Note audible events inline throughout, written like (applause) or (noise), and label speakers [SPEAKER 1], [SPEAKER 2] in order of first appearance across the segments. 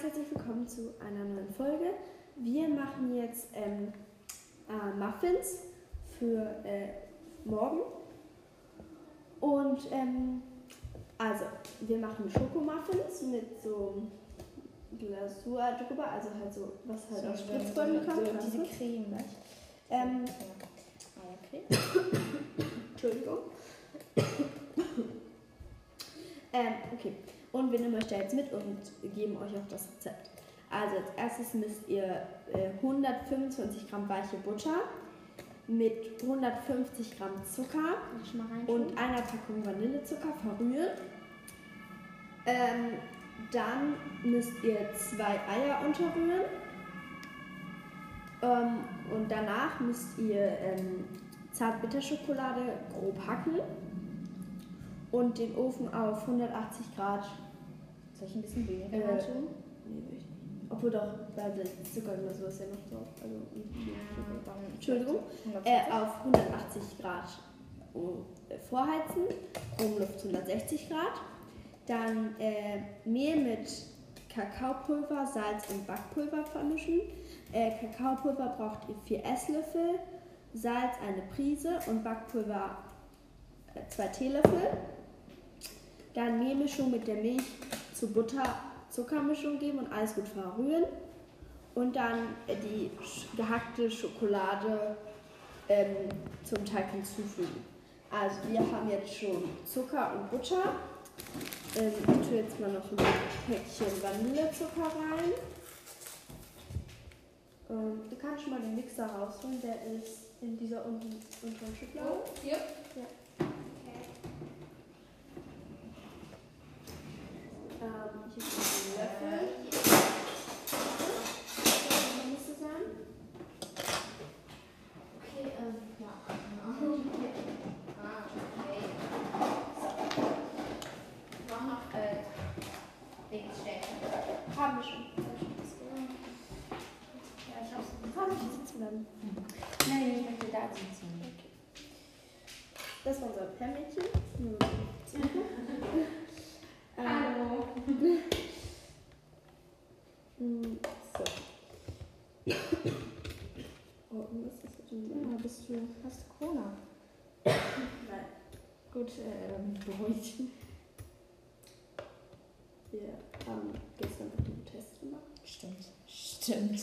[SPEAKER 1] halt
[SPEAKER 2] herzlich willkommen zu einer neuen Folge. Wir machen jetzt ähm, äh, Muffins für äh, morgen. Und ähm, also, wir machen Schokomuffins mit so Glasur drüber, also halt so, was halt aus Spritzbäumen kommt.
[SPEAKER 1] So,
[SPEAKER 2] weißt du?
[SPEAKER 1] diese Creme, ne?
[SPEAKER 2] Ähm,
[SPEAKER 1] Ah, okay.
[SPEAKER 2] Entschuldigung. ähm, okay. Und wir nehmen euch da jetzt mit und geben euch auch das Rezept. Also als erstes müsst ihr äh, 125 Gramm weiche Butter mit 150 Gramm Zucker
[SPEAKER 1] Mach ich mal rein.
[SPEAKER 2] und einer Packung Vanillezucker verrühren. Ähm, dann müsst ihr zwei Eier unterrühren. Ähm, und danach müsst ihr ähm, Zartbitterschokolade grob hacken und den Ofen auf 180 Grad.
[SPEAKER 1] Soll ich ein bisschen weniger
[SPEAKER 2] Äh,
[SPEAKER 1] reintun?
[SPEAKER 2] Nee, will ich nicht. Obwohl doch, weil der Zucker oder so ist ja noch drauf. Also,
[SPEAKER 1] Ja,
[SPEAKER 2] Zucker.
[SPEAKER 1] dann-
[SPEAKER 2] Entschuldigung.
[SPEAKER 1] 120.
[SPEAKER 2] Äh, auf 180 Grad oh, äh, vorheizen, Umluft 160 Grad. Dann äh, Mehl mit Kakaopulver, Salz und Backpulver vermischen. Äh, Kakaopulver braucht ihr 4 Esslöffel, Salz eine Prise und Backpulver 2 Teelöffel. Dann Mehlmischung mit der Milch zu Butter-Zuckermischung geben und alles gut verrühren. Und dann äh, die sch- gehackte Schokolade ähm, zum Teig hinzufügen. Also wir haben jetzt schon Zucker und Butter. Ähm, ich tue jetzt mal noch ein Päckchen Vanillezucker rein. Ähm, du kannst schon mal den Mixer rausholen, der ist in dieser unten, unteren
[SPEAKER 1] Oh.
[SPEAKER 2] Schublade.
[SPEAKER 3] Hier?
[SPEAKER 2] Ähm, hier ist ein Löffel. Hier müsste sein.
[SPEAKER 3] Okay, ähm, ja. Ah, okay. So. Mach noch, äh, Ding stellen.
[SPEAKER 2] Haben wir schon.
[SPEAKER 3] Ja, ich hab's.
[SPEAKER 2] Kann ich sitzen bleiben?
[SPEAKER 1] Nein, ich möchte da sitzen.
[SPEAKER 2] Das war unser
[SPEAKER 1] (laughs)
[SPEAKER 2] Pärmädchen. Hm. ähm,
[SPEAKER 3] Hallo.
[SPEAKER 2] Mm, So. Oh, und was ist das denn?
[SPEAKER 1] Ja, bist du, hast du Corona?
[SPEAKER 2] Nein.
[SPEAKER 1] Gut, ähm, beruhigt.
[SPEAKER 2] Wir haben gestern noch den Test gemacht.
[SPEAKER 1] Stimmt. Stimmt.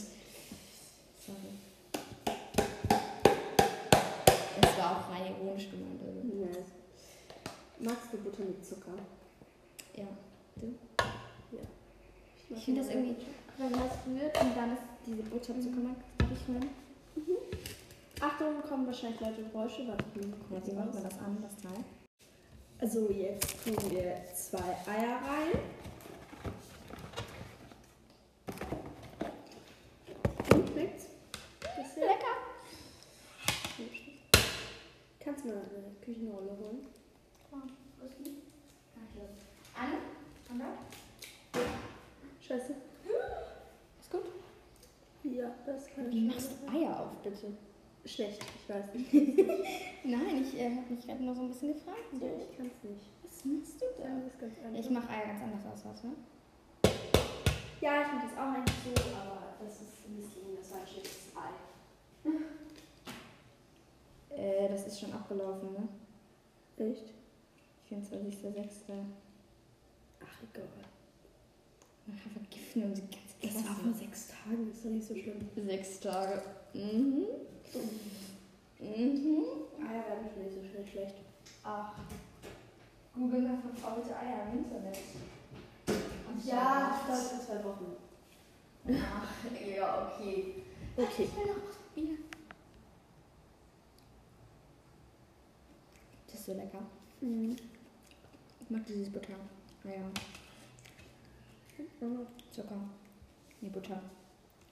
[SPEAKER 1] Sorry. Es war auch rein ironisch gemeint, also.
[SPEAKER 2] Nice. Magst du Butter mit Zucker?
[SPEAKER 1] Ja.
[SPEAKER 2] Ich, mag
[SPEAKER 1] find das
[SPEAKER 2] Butter mit
[SPEAKER 1] irgendwie-
[SPEAKER 2] Zucker.
[SPEAKER 1] Wenn man das rührt und dann ist diese Butter zuckermark, darf ich hören?
[SPEAKER 2] Achtung, kommen wahrscheinlich Leute Geräusche. Warte, ich nehme
[SPEAKER 1] Ja,
[SPEAKER 2] kurz
[SPEAKER 1] wie macht
[SPEAKER 2] raus.
[SPEAKER 1] man das an, das Teil?
[SPEAKER 2] Also jetzt tun wir zwei Eier rein. Und schmeckt's? Ist lecker. Kannst du mir eine Küchenrolle holen?
[SPEAKER 3] Wo ist die? Ah, hier. An? Und ab?
[SPEAKER 2] Scheiße.
[SPEAKER 1] Ist gut.
[SPEAKER 2] Ja, das kann
[SPEAKER 1] Wie
[SPEAKER 2] ich.
[SPEAKER 1] machst du Eier auf, bitte?
[SPEAKER 2] Schlecht, ich weiß.
[SPEAKER 1] Nein, ich äh, habe mich gerade nur so ein bisschen gefragt.
[SPEAKER 2] Ja, ich kann's nicht.
[SPEAKER 1] Was machst du da?
[SPEAKER 2] Das ist ganz
[SPEAKER 1] Ich mache Eier ganz anders aus, was, ne?
[SPEAKER 2] ja, ich finde das auch eigentlich so, aber das ist ein bisschen das falsche Ei.
[SPEAKER 1] Äh, das ist schon abgelaufen, ne?
[SPEAKER 2] Echt?
[SPEAKER 1] 24.06.
[SPEAKER 2] Ach, egal.
[SPEAKER 1] Nachher vergiften uns die ganze
[SPEAKER 2] Das war
[SPEAKER 1] Klasse.
[SPEAKER 2] vor sechs Tagen, ist doch nicht so schlimm.
[SPEAKER 1] Sechs Tage. Mhm. Mhm.
[SPEAKER 2] Eier werden schon nicht so schnell schlecht.
[SPEAKER 3] Ach. Google nach verfaulte Eier im Internet.
[SPEAKER 2] Ja, stolz in zwei Wochen.
[SPEAKER 3] Ach, ja, okay.
[SPEAKER 2] Okay.
[SPEAKER 3] Ich will noch was probieren.
[SPEAKER 1] Das ist so lecker.
[SPEAKER 2] Mhm.
[SPEAKER 1] Ich mag dieses Butter. Eier. Zucker. Nee, Butter.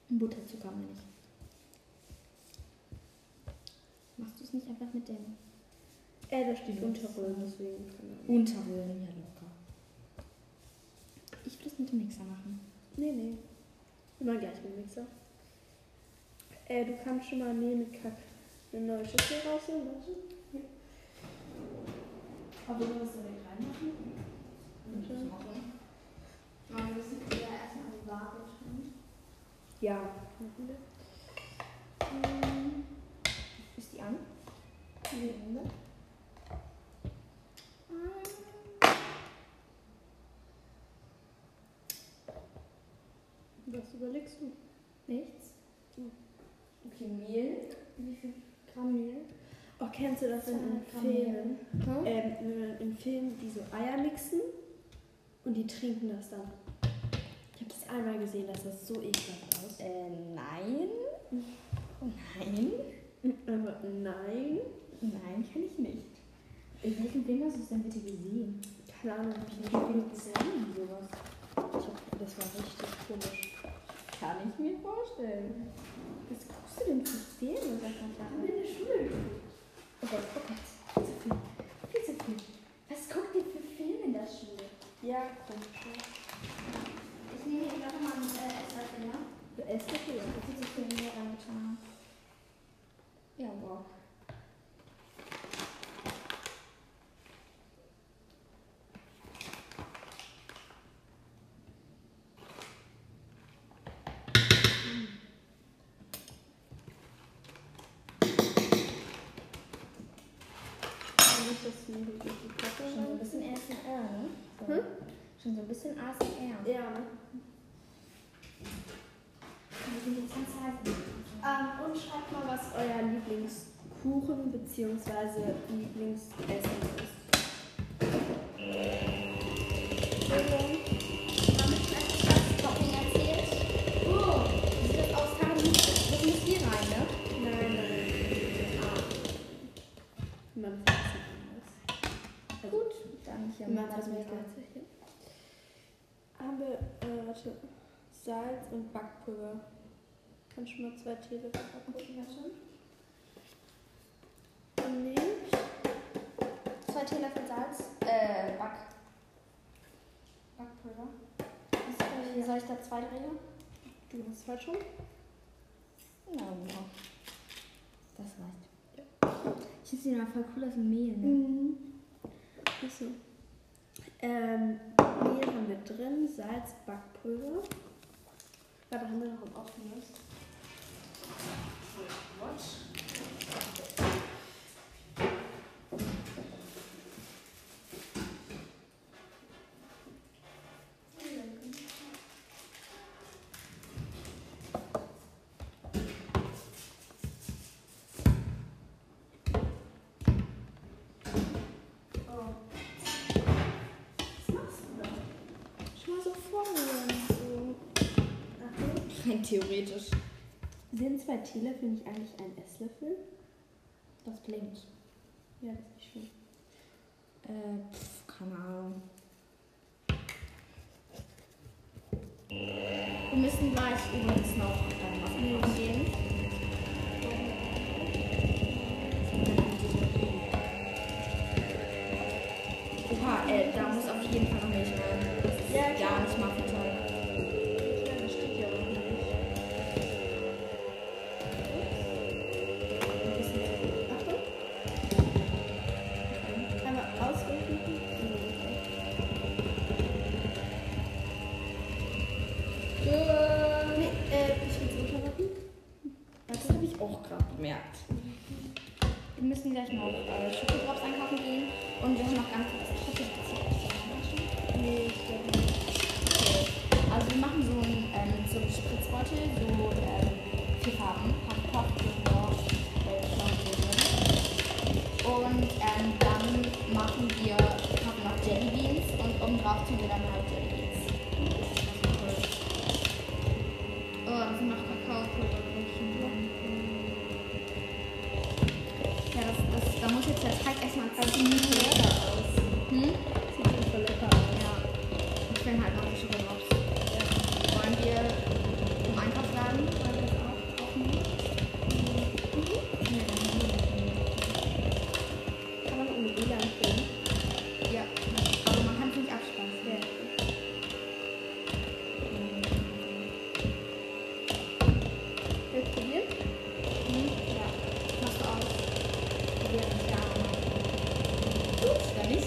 [SPEAKER 1] Butterzucker meine ich. Machst du es nicht einfach mit dem
[SPEAKER 2] Äh, da steht Unterrollen, deswegen keine Ahnung.
[SPEAKER 1] Unterrühren? Ja, locker. Ich will es mit dem Mixer machen.
[SPEAKER 2] Nee, nee. Immer gleich mit dem Mixer. Äh, du kannst schon mal Mehl mit Kack eine neue Schüssel rausholen, warte.
[SPEAKER 3] Aber du musst da nicht reinmachen.
[SPEAKER 2] Mhm.
[SPEAKER 3] Aber wir müssen ja erstmal die Ware
[SPEAKER 2] Ja.
[SPEAKER 1] Ähm, Ist die an?
[SPEAKER 3] Sekunde.
[SPEAKER 2] Was überlegst du?
[SPEAKER 1] Nichts.
[SPEAKER 3] Okay, Mehl. Wie viel Gramm Mehl?
[SPEAKER 2] Oh, kennst du das in
[SPEAKER 3] Zwei Gramm
[SPEAKER 2] Filmen?
[SPEAKER 1] Hm?
[SPEAKER 2] Ähm, wenn man in Filmen, die so Eier mixen und die trinken das dann. Ich habe das einmal gesehen, das sah so ekelhaft aus.
[SPEAKER 1] Äh, nein. Hm. Nein.
[SPEAKER 2] Aber nein,
[SPEAKER 1] Nein, kann ich nicht. In welchem Film hast du es denn bitte gesehen?
[SPEAKER 2] keine Ahnung, hab ich
[SPEAKER 1] Ich
[SPEAKER 2] nicht
[SPEAKER 1] habe
[SPEAKER 2] gesehen.
[SPEAKER 1] nicht gesehen, sowas.
[SPEAKER 2] Ich hab- Das war richtig komisch.
[SPEAKER 1] Kann ich mir vorstellen. Was guckst du denn für Filme? Sag mal,
[SPEAKER 3] Ich bin
[SPEAKER 1] Clara?
[SPEAKER 3] in der Schule.
[SPEAKER 1] Oh Gott, oh Gott. Zu viel. Viel zu viel.
[SPEAKER 3] Was guckt ihr für Filme in der Schule?
[SPEAKER 2] Ja, komisch.
[SPEAKER 3] Ich nehme hier noch mal einen äh, Esswaffeln, ne?
[SPEAKER 2] Du esst das hier?
[SPEAKER 1] Viel zu viel mehr angetan. Ja, wow.
[SPEAKER 2] Kann ich das hier durch die Kette
[SPEAKER 1] Schon so ein
[SPEAKER 2] rein?
[SPEAKER 1] bisschen ASMR, ne? So.
[SPEAKER 2] Hm?
[SPEAKER 1] Schon so ein bisschen ASMR.
[SPEAKER 2] Ja, ne?
[SPEAKER 3] Ich bin jetzt ganz heiß.
[SPEAKER 2] Ähm, und schreibt mal, was euer Lieblingskuchen bzw. Lieblingsessen ist. Nein, nein, nein. Man ist anders. Also,
[SPEAKER 1] Gut, dann hier
[SPEAKER 2] man
[SPEAKER 1] mal das
[SPEAKER 2] mehr
[SPEAKER 1] Messer.
[SPEAKER 2] Ganze hier. Haben wir, äh, warte, Salz und Backpulver. Kannst du mal zwei Teelöffel Backpulver Und nehmt
[SPEAKER 1] Zwei Teelöffel Salz, äh, Back. Backpulver. Was soll ich- Soll ich da zwei drehen?
[SPEAKER 2] Du hast falsch rum.
[SPEAKER 1] Na, ja. genau. Das reicht. Ich finde sie noch voll cool aus dem Mehl, ne?
[SPEAKER 2] Mhm. Achso. Ähm, Mehl haben wir drin, Salz, Backpulver. Warte, haben wir noch ein offenes? Schon mal so vorgegangen. So. Rein theoretisch. Sind zwei Teelöffel nicht eigentlich ein Esslöffel?
[SPEAKER 1] Das blinkt.
[SPEAKER 2] Ja, das ist nicht schön.
[SPEAKER 1] Äh, pff, keine Ahnung. Wir müssen gleich übrigens noch dann was machen gehen. Oha, äh, da muss auf jeden Fall noch Milch rein. Das ist
[SPEAKER 2] Ja,
[SPEAKER 1] gar nicht mal toll.
[SPEAKER 2] Ja, das steht ja unten nicht. Achtung. Einmal ausrufen. Äh, nee, äh, ich will es runterrocken.
[SPEAKER 1] Das habe ich auch gerade bemerkt. Wir müssen gleich noch äh, Schokodrops einkaufen gehen und wir haben noch ganz viel Schokodrops.
[SPEAKER 2] Nee, ich glaube nicht.
[SPEAKER 1] Also wir machen so einen, ähm, so einen Spritzbeutel, so ähm, vier Farben. Pop, Pop, Pop, äh, Pop, Und ähm, dann machen wir, haben noch Jellybeans und obendrauf tun wir dann halt Jellybeans. Oh, da sind noch Kakaopulver drin. Ja, das, das, da muss jetzt der Teig erstmal ziehen.
[SPEAKER 2] Lecker aus.
[SPEAKER 1] Hm?
[SPEAKER 2] Sieht super lecker aus.
[SPEAKER 1] Ja, ich bin halt noch nicht überrascht. Wollen wir im Einkaufsladen? Wollen wir das auch kaufen?
[SPEAKER 2] Kann man ohne WLAN filmen?
[SPEAKER 1] Ja, aber man kann Also es nicht abspannen.
[SPEAKER 2] Ja.
[SPEAKER 1] Mhm. Oh Mhm.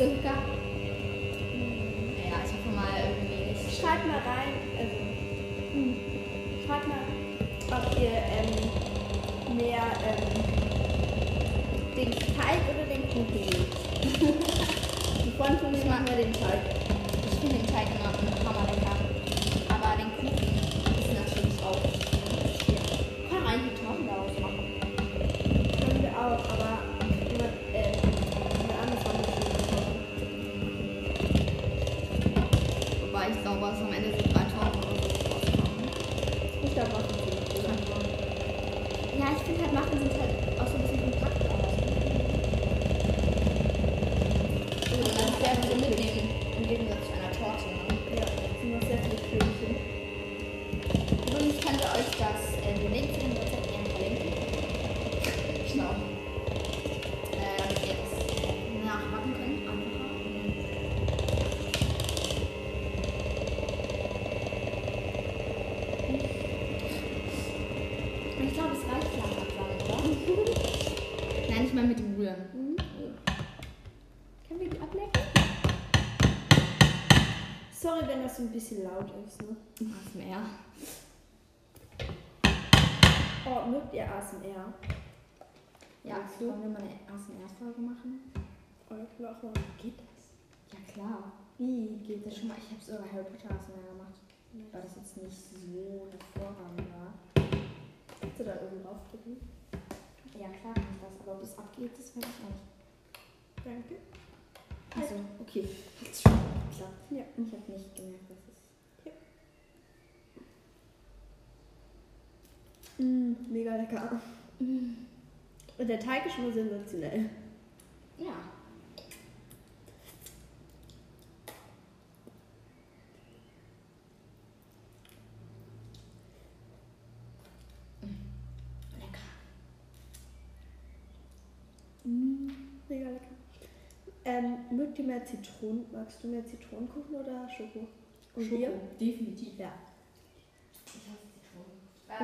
[SPEAKER 1] circa. Naja, ich hoffe mal irgendwie nicht.
[SPEAKER 2] Schreibt mal rein, also, hm, schreibt mal, ob ihr ähm, mehr ähm, den Teig oder den Kuchen liebt. Die Freunde von mir machen ja den Teig.
[SPEAKER 1] Ich finde den Teig immer hammer lecker. Aber den Kuchen ist natürlich auch. Kann man eigentlich Torten daraus machen.
[SPEAKER 2] Können wir auch, aber jemand, äh, jemand anderes von uns.
[SPEAKER 1] Wobei ich glaube, es am Ende so drei Torten oder so rauskommen.
[SPEAKER 2] Ich glaube auch nicht. oder?
[SPEAKER 1] Ja, ich finde halt Muffins sind halt auch so ein bisschen kompakter. So, Also, man kann sie einfach so mitnehmen, im Gegensatz zu einer Torte. Ne?
[SPEAKER 2] Ja, das sind noch sehr viele Krönchen.
[SPEAKER 1] Übrigens könnt ihr euch das äh, den Link zu dem Rezept gerne verlinken. Genau. Äh, damit ihr das nachmachen könnt, einfacher. Und ich glaube, es reicht lang langsam, oder? (laughs) Nein, ich meine mit dem Rühren.
[SPEAKER 2] Mhm. Können wir die ablecken? Sorry, wenn das so ein bisschen laut ist. Ne?
[SPEAKER 1] ASMR.
[SPEAKER 2] Oh, mögt ihr ASMR?
[SPEAKER 1] Ja,
[SPEAKER 2] Willst du?
[SPEAKER 1] wollen wir mal eine ASMR-Folge machen?
[SPEAKER 2] Oh, ich will auch mal. Geht das?
[SPEAKER 1] Ja, klar.
[SPEAKER 2] Wie geht
[SPEAKER 1] Das
[SPEAKER 2] das?
[SPEAKER 1] schon mal, ich habe sogar Harry Potter ASMR gemacht. Weil das jetzt nicht so hervorragend war.
[SPEAKER 2] Kannst du da oben drauf drücken?
[SPEAKER 1] Ja, klar kann ich das, aber ob das abgeht, das weiß ich nicht.
[SPEAKER 2] Danke.
[SPEAKER 1] Also, okay. Hat's schon geklappt.
[SPEAKER 2] Ja.
[SPEAKER 1] Ich habe nicht gemerkt, dass es.
[SPEAKER 2] Mm, mega lecker. Und der Teig ist schon sensationell.
[SPEAKER 1] Ja. Lecker.
[SPEAKER 2] Mm. Mega lecker. Ähm, mögt ihr mehr Zitronen? Magst du mehr Zitronenkuchen oder Schoko? Und
[SPEAKER 1] Schoko,
[SPEAKER 2] ihr?
[SPEAKER 1] Definitiv.
[SPEAKER 2] Ja.
[SPEAKER 1] Ich hasse Zitronen.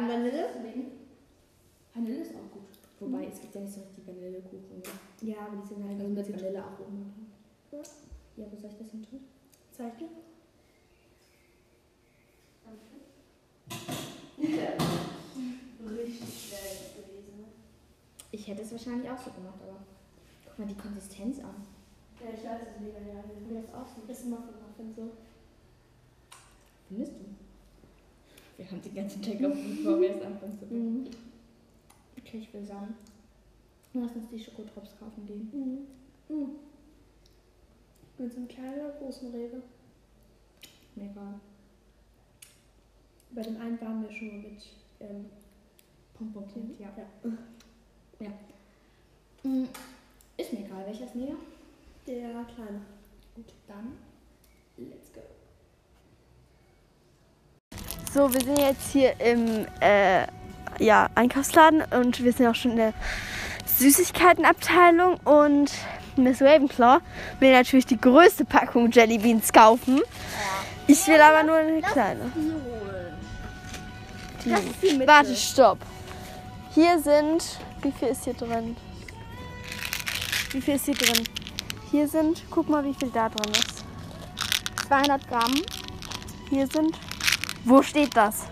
[SPEAKER 2] Und Vanille?
[SPEAKER 1] Vanille ist auch gut. Wobei, es gibt ja nicht so richtig Vanillekuchen. ne?
[SPEAKER 2] Ja, aber die sind halt
[SPEAKER 1] Also mit Vanille auch oben.
[SPEAKER 2] Ja.
[SPEAKER 1] Ja, wo soll ich das hin tun?
[SPEAKER 2] Zeichen.
[SPEAKER 3] Richtig schnell gewesen.
[SPEAKER 1] Ich hätte es wahrscheinlich auch so gemacht, aber guck mal die Konsistenz an.
[SPEAKER 3] Ja, ich weiß es mega gerne.
[SPEAKER 2] Das auch so. Das ist Muffin, Muffin so.
[SPEAKER 1] Findest du? Wir haben den ganzen Check auf, bevor wir es anfangen zu machen.
[SPEAKER 2] Mhm.
[SPEAKER 1] (laughs) Okay, ich will sagen, lass uns die Schokotrops kaufen gehen.
[SPEAKER 2] Mhm. Mhm. Mit so einem kleinen oder großen Rewe.
[SPEAKER 1] Mega.
[SPEAKER 2] Bei dem einen waren wir schon mal mit. Ähm,
[SPEAKER 1] Pom, pom, pom.
[SPEAKER 2] ja.
[SPEAKER 1] Ja. Mm, Ist mir egal, welches näher.
[SPEAKER 2] Der kleine.
[SPEAKER 1] Gut, dann let's go.
[SPEAKER 2] So, wir sind jetzt hier im äh, ja, Einkaufsladen und wir sind auch schon in der Süßigkeitenabteilung und Miss Ravenclaw will natürlich die größte Packung Jellybeans kaufen. Ich will aber nur eine kleine. Die. Warte, stopp. Hier sind, wie viel ist hier drin? Wie viel ist hier drin? Hier sind, guck mal, wie viel da drin ist.
[SPEAKER 1] 200 Gramm.
[SPEAKER 2] Hier sind, wo steht das?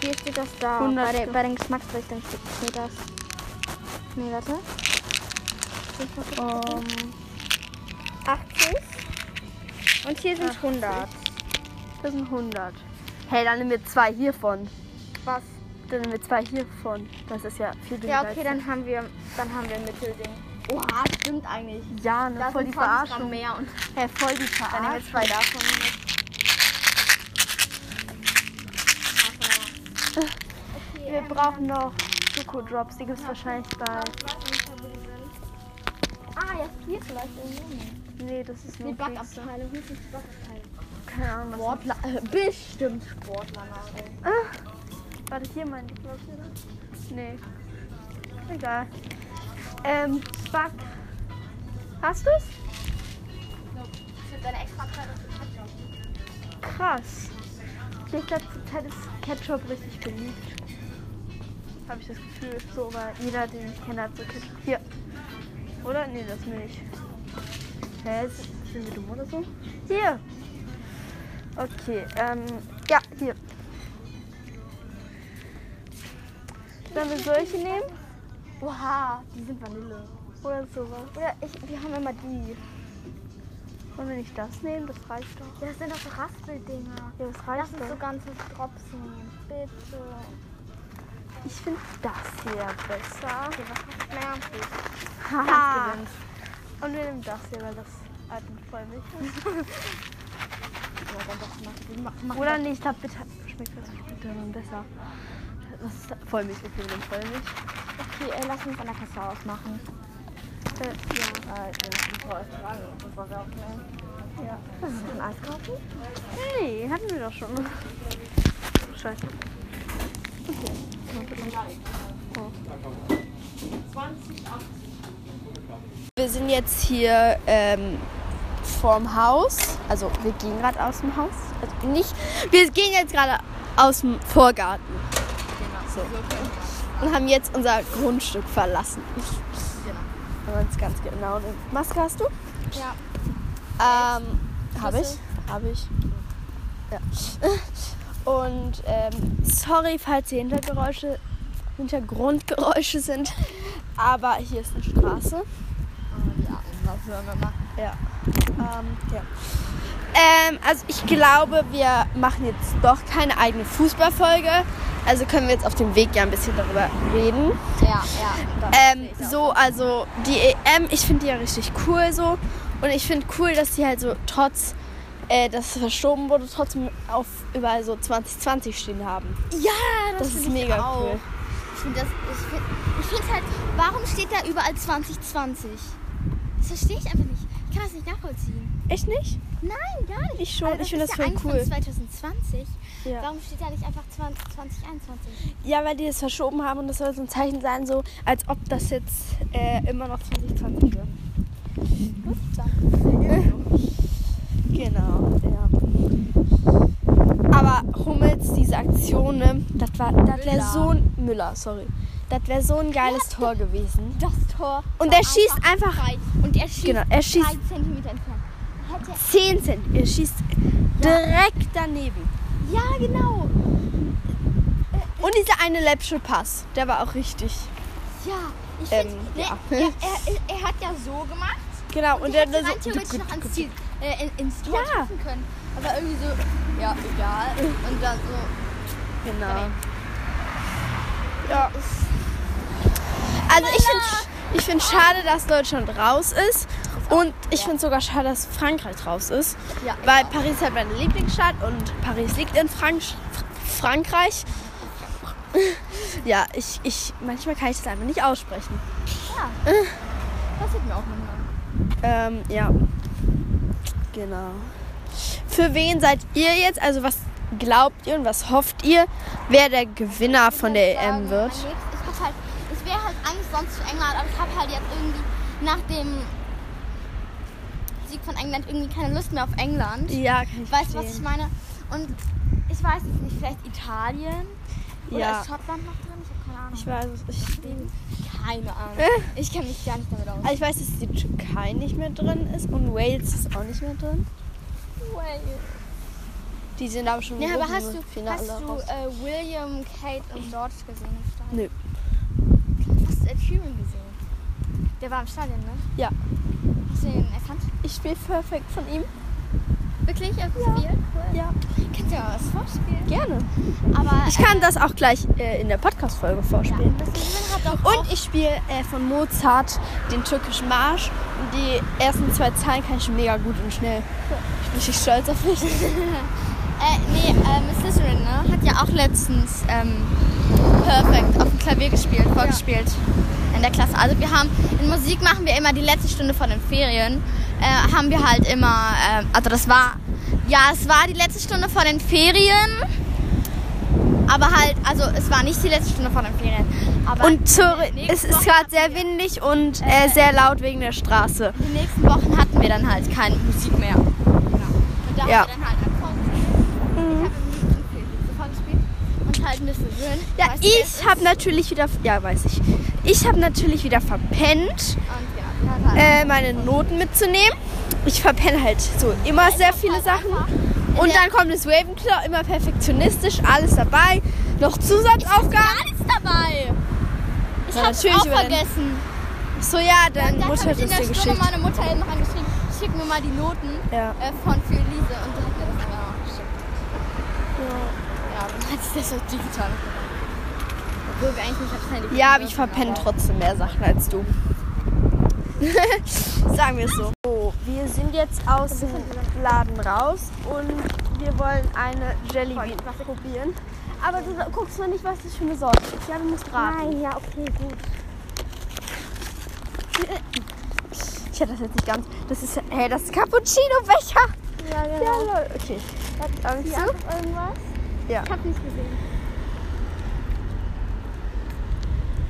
[SPEAKER 1] Hier steht das da.
[SPEAKER 2] 100
[SPEAKER 1] Bei, der,
[SPEAKER 2] Stück.
[SPEAKER 1] bei den Geschmacksrichtungen steht das. Nee, warte.
[SPEAKER 2] Ähm,
[SPEAKER 1] 80. Und hier sind 100.
[SPEAKER 2] Das sind 100. Hey, dann nehmen wir zwei hiervon.
[SPEAKER 1] Was?
[SPEAKER 2] Dann nehmen wir zwei hiervon. Das ist ja viel billiger.
[SPEAKER 1] Ja, okay, dann haben wir, dann haben wir ein Mittelding. Oha, stimmt eigentlich.
[SPEAKER 2] als- Ja, ne,
[SPEAKER 1] Das
[SPEAKER 2] voll die
[SPEAKER 1] sind 20 Gramm
[SPEAKER 2] Verarschung.
[SPEAKER 1] mehr und
[SPEAKER 2] Hey, voll die
[SPEAKER 1] dann nehmen
[SPEAKER 2] Verarschung.
[SPEAKER 1] wir zwei davon mit.
[SPEAKER 2] (laughs) Wir brauchen noch Schoko-Drops. Die gibt es wahrscheinlich bei...
[SPEAKER 1] Ah, ja, hier vielleicht irgendwie.
[SPEAKER 2] Nee, das ist nur
[SPEAKER 1] Die
[SPEAKER 2] Keks.
[SPEAKER 1] Backabteilung, hier sind die Backabteilung.
[SPEAKER 2] Keine Ahnung, was... Ah.
[SPEAKER 1] Sportler, äh, bestimmt Sportlernahrung.
[SPEAKER 2] Warte, hier meine ich, glaub ich, oder? Nee. Egal. Ähm, Back... Hast du's?
[SPEAKER 1] Ich würde deine extra
[SPEAKER 2] Krass. Ich glaube, zur Zeit ist Ketchup richtig beliebt. Habe ich das Gefühl. So, weil jeder, den ich kenne, hat so Ketchup. Hier. Oder? Nee, das Milch.
[SPEAKER 4] Hä, ist- sind wir dumm oder so? Hier. Okay, ähm, ja, hier. Sollen wir solche nehmen? Oha, die sind Vanille. Oder sowas. Oder ich, wir haben immer die. Wollen wir nicht das nehmen? Das reicht doch.
[SPEAKER 5] Das sind doch so Raspeldinger.
[SPEAKER 4] Ja, das
[SPEAKER 5] Lass
[SPEAKER 4] reicht
[SPEAKER 5] uns so
[SPEAKER 4] doch.
[SPEAKER 5] ganze Drops nehmen. Bitte.
[SPEAKER 4] Ich finde das hier besser.
[SPEAKER 5] Okay, was macht mehr
[SPEAKER 4] Haha. Und wir nehmen das hier, weil das atmet voll Milch. Oder nicht, da bitte. Schmeckt das schmeckt das dann besser. Das ist Vollmilch, okay, wir nehmen Vollmilch.
[SPEAKER 5] Okay, äh, lass uns an der Kasse ausmachen.
[SPEAKER 4] Äh, ja.
[SPEAKER 5] Was ist denn Eis kaufen?
[SPEAKER 4] Nee, hatten wir doch schon. Scheiße.
[SPEAKER 2] Wir sind jetzt hier ähm, vorm Haus. Also wir gehen gerade aus dem Haus. Also nicht. Wir gehen jetzt gerade aus dem Vorgarten. So. Und haben jetzt unser Grundstück verlassen. Genau. Wenn man es ganz genau nimmt. Maske hast du? Ja. Ähm, habe ich. Habe ich. Ja. (laughs) Und ähm, sorry, falls hier Hintergeräusche, Hintergrundgeräusche sind. Aber hier ist eine Straße. Ja. Ähm, ja. Ähm, also ich glaube, wir machen jetzt doch keine eigene Fußballfolge. Also können wir jetzt auf dem Weg ja ein bisschen darüber reden.
[SPEAKER 1] Ja, ja.
[SPEAKER 2] Ähm, so, also die EM, ich finde die ja richtig cool so. Und ich finde cool, dass die halt so trotz, äh, dass es verschoben wurde, trotzdem auf überall so 2020 stehen haben.
[SPEAKER 5] Ja,
[SPEAKER 2] Das, ist mega cool.
[SPEAKER 5] Ich finde das, ich find, ich find's halt, warum steht da überall 2020? Das verstehe ich einfach nicht. Ich kann das nicht nachvollziehen.
[SPEAKER 2] Echt nicht?
[SPEAKER 5] Nein, gar nicht.
[SPEAKER 2] Ich schon,
[SPEAKER 5] Also
[SPEAKER 2] ich finde
[SPEAKER 5] ist
[SPEAKER 2] das
[SPEAKER 5] ja
[SPEAKER 2] voll
[SPEAKER 5] eigentlich
[SPEAKER 2] cool.
[SPEAKER 5] Von 2020.
[SPEAKER 2] Ja.
[SPEAKER 5] Warum steht da nicht einfach 20, 2021?
[SPEAKER 2] Ja, weil die es verschoben haben und das soll so ein Zeichen sein, so als ob das jetzt äh, immer noch 2020 wird. Genau, ja. Aber Hummels, diese Aktion, ne, das war, das wäre so ein, Müller, sorry, das wäre so ein geiles Tor gewesen.
[SPEAKER 5] Das Tor.
[SPEAKER 2] Und er schießt einfach,
[SPEAKER 5] frei. Und er schießt
[SPEAKER 2] genau, er schießt
[SPEAKER 5] drei Zentimeter entfernt. Hätte
[SPEAKER 2] 10 Cent, er schießt direkt daneben.
[SPEAKER 5] Ja, genau.
[SPEAKER 2] Und dieser eine läppsche Pass, der war auch richtig.
[SPEAKER 5] Ja, ich
[SPEAKER 2] Ähm,
[SPEAKER 5] finde, nee,
[SPEAKER 2] ja.
[SPEAKER 5] er, er, er hat ja so gemacht.
[SPEAKER 2] Genau, und,
[SPEAKER 5] Und
[SPEAKER 2] der
[SPEAKER 5] er
[SPEAKER 2] nur
[SPEAKER 5] hätte
[SPEAKER 2] so,
[SPEAKER 5] rein theoretisch noch ans Ziel, äh, in- ins Tor
[SPEAKER 2] Ja.
[SPEAKER 5] treffen können. Aber irgendwie so, ja, egal. Und dann so,
[SPEAKER 2] Genau. Ja. Also ich finde ich find schade, dass Deutschland raus ist. Und ich finde sogar schade, dass Frankreich raus ist.
[SPEAKER 5] Ja,
[SPEAKER 2] weil Paris ist halt meine Lieblingsstadt und Paris liegt in Frank Fr- Frankreich. (laughs) Ja, ich, ich, manchmal kann ich das einfach nicht aussprechen.
[SPEAKER 5] das hätten wir auch noch machen.
[SPEAKER 2] Ähm, ja. Genau. Für wen seid ihr jetzt? Also was glaubt ihr und was hofft ihr, wer der Gewinner von der EM wird?
[SPEAKER 5] Ich hab halt, ich wäre halt eigentlich sonst für England, aber ich habe halt jetzt irgendwie nach dem Sieg von England irgendwie keine Lust mehr auf England.
[SPEAKER 2] Ja, kann ich
[SPEAKER 5] Weißt du, was ich meine? Und ich weiß jetzt nicht, vielleicht Italien? Oder
[SPEAKER 2] Ja.
[SPEAKER 5] ist Schottland noch drin? Ich habe keine Ahnung.
[SPEAKER 2] Ich weiß, es- ich,
[SPEAKER 5] Keine Ahnung. (laughs) Ich kenne mich gar nicht damit aus.
[SPEAKER 2] also ich weiß, dass die Türkei nicht mehr drin ist und Wales ist auch nicht mehr drin. Also, Die sind aber schon
[SPEAKER 5] Ja,
[SPEAKER 2] im
[SPEAKER 5] aber hast du,
[SPEAKER 2] Finale
[SPEAKER 5] hast du
[SPEAKER 2] raus.
[SPEAKER 5] äh, William, Kate und George gesehen im Stadion?
[SPEAKER 2] Nö.
[SPEAKER 5] Hast du Ed Sheeran gesehen? Der war im Stadion, ne?
[SPEAKER 2] Ja.
[SPEAKER 5] Hast du ihn erkannt?
[SPEAKER 2] Ich spiele perfekt von ihm.
[SPEAKER 5] Wirklich? Auf ja. Spiel? Cool.
[SPEAKER 2] Ja.
[SPEAKER 5] Kannst du ja was vorspielen?
[SPEAKER 2] Gerne.
[SPEAKER 5] Aber
[SPEAKER 2] Ich kann das auch gleich äh, in der Podcast-Folge
[SPEAKER 5] ja,
[SPEAKER 2] vorspielen.
[SPEAKER 5] das Leben hat doch
[SPEAKER 2] Und ich spiele äh, von Mozart den türkischen Marsch. Und die ersten zwei Zeilen kann ich mega gut und schnell. Ich bin richtig stolz auf mich.
[SPEAKER 5] (laughs) Äh, nee, ähm, Slytherin, ne? Hat ja auch letztens ähm, Perfect auf dem Klavier gespielt, vorgespielt. In der Klasse. Also wir haben, in Musik machen wir immer die letzte Stunde von den Ferien. Äh, haben wir halt immer, ähm, also das war, ja, es war die letzte Stunde von den Ferien. Aber halt, also es war nicht die letzte Stunde von den Ferien. Aber
[SPEAKER 2] Und zur,
[SPEAKER 5] nächste
[SPEAKER 2] es ist
[SPEAKER 5] Woche
[SPEAKER 2] gerade sehr windig und äh, sehr laut wegen der Straße.
[SPEAKER 5] die nächsten Wochen hatten wir dann halt keine Musik mehr. Genau. Und
[SPEAKER 2] Ja.
[SPEAKER 5] da haben wir dann halt angefangen. Ich habe im Lied und Felix gespielt und halt Miss Sön.
[SPEAKER 2] Ja, ich habe natürlich wieder, ja weiß ich, ich habe natürlich wieder verpennt,
[SPEAKER 5] Und ja, wir hatten
[SPEAKER 2] äh,
[SPEAKER 5] halt
[SPEAKER 2] meine Noten mitzunehmen.
[SPEAKER 6] ich verpenne halt so immer sehr viele Sachen. Und dann kommt das Ravenclaw, immer perfektionistisch, alles dabei. Noch Zusatzaufgaben.
[SPEAKER 5] Alles dabei. Ich
[SPEAKER 6] Na,
[SPEAKER 5] hab es
[SPEAKER 6] natürlich
[SPEAKER 5] auch
[SPEAKER 6] über den-
[SPEAKER 5] vergessen.
[SPEAKER 6] So, ja, dann
[SPEAKER 5] Dann
[SPEAKER 6] muss
[SPEAKER 5] habe
[SPEAKER 6] halt
[SPEAKER 5] ich in
[SPEAKER 6] das
[SPEAKER 5] der
[SPEAKER 6] dir geschickt.
[SPEAKER 5] Stunde meine Mutter eben angeschrieben, schick mir mal die Noten
[SPEAKER 6] Ja.
[SPEAKER 5] äh, von für Elise. Und die hat mir das dann auch geschickt. Ja. Ja, dann hat sie das auch digital gemacht. Obwohl wir eigentlich nicht aufs Handy
[SPEAKER 6] Ja, aber
[SPEAKER 5] gucken
[SPEAKER 6] ich verpenne
[SPEAKER 5] dürfen,
[SPEAKER 6] trotzdem mehr Sachen als du. (laughs) Sagen wir es so. So, wir sind jetzt aus dem Laden raus und wir wollen eine Jellybean probieren.
[SPEAKER 4] Aber du guckst mal nicht, was das für eine Sorte ist. Ja, du musst raten. Nein, ja, okay, gut.
[SPEAKER 6] Ich hätte das jetzt nicht ganz. Das ist. Hey, das ist Cappuccino-Becher.
[SPEAKER 4] Ja,
[SPEAKER 6] Ja,
[SPEAKER 4] genau.
[SPEAKER 6] lol. Okay. Darf ich
[SPEAKER 4] Die
[SPEAKER 6] zu?
[SPEAKER 4] andere irgendwas?
[SPEAKER 6] Ja.
[SPEAKER 4] Ich hab nichts gesehen.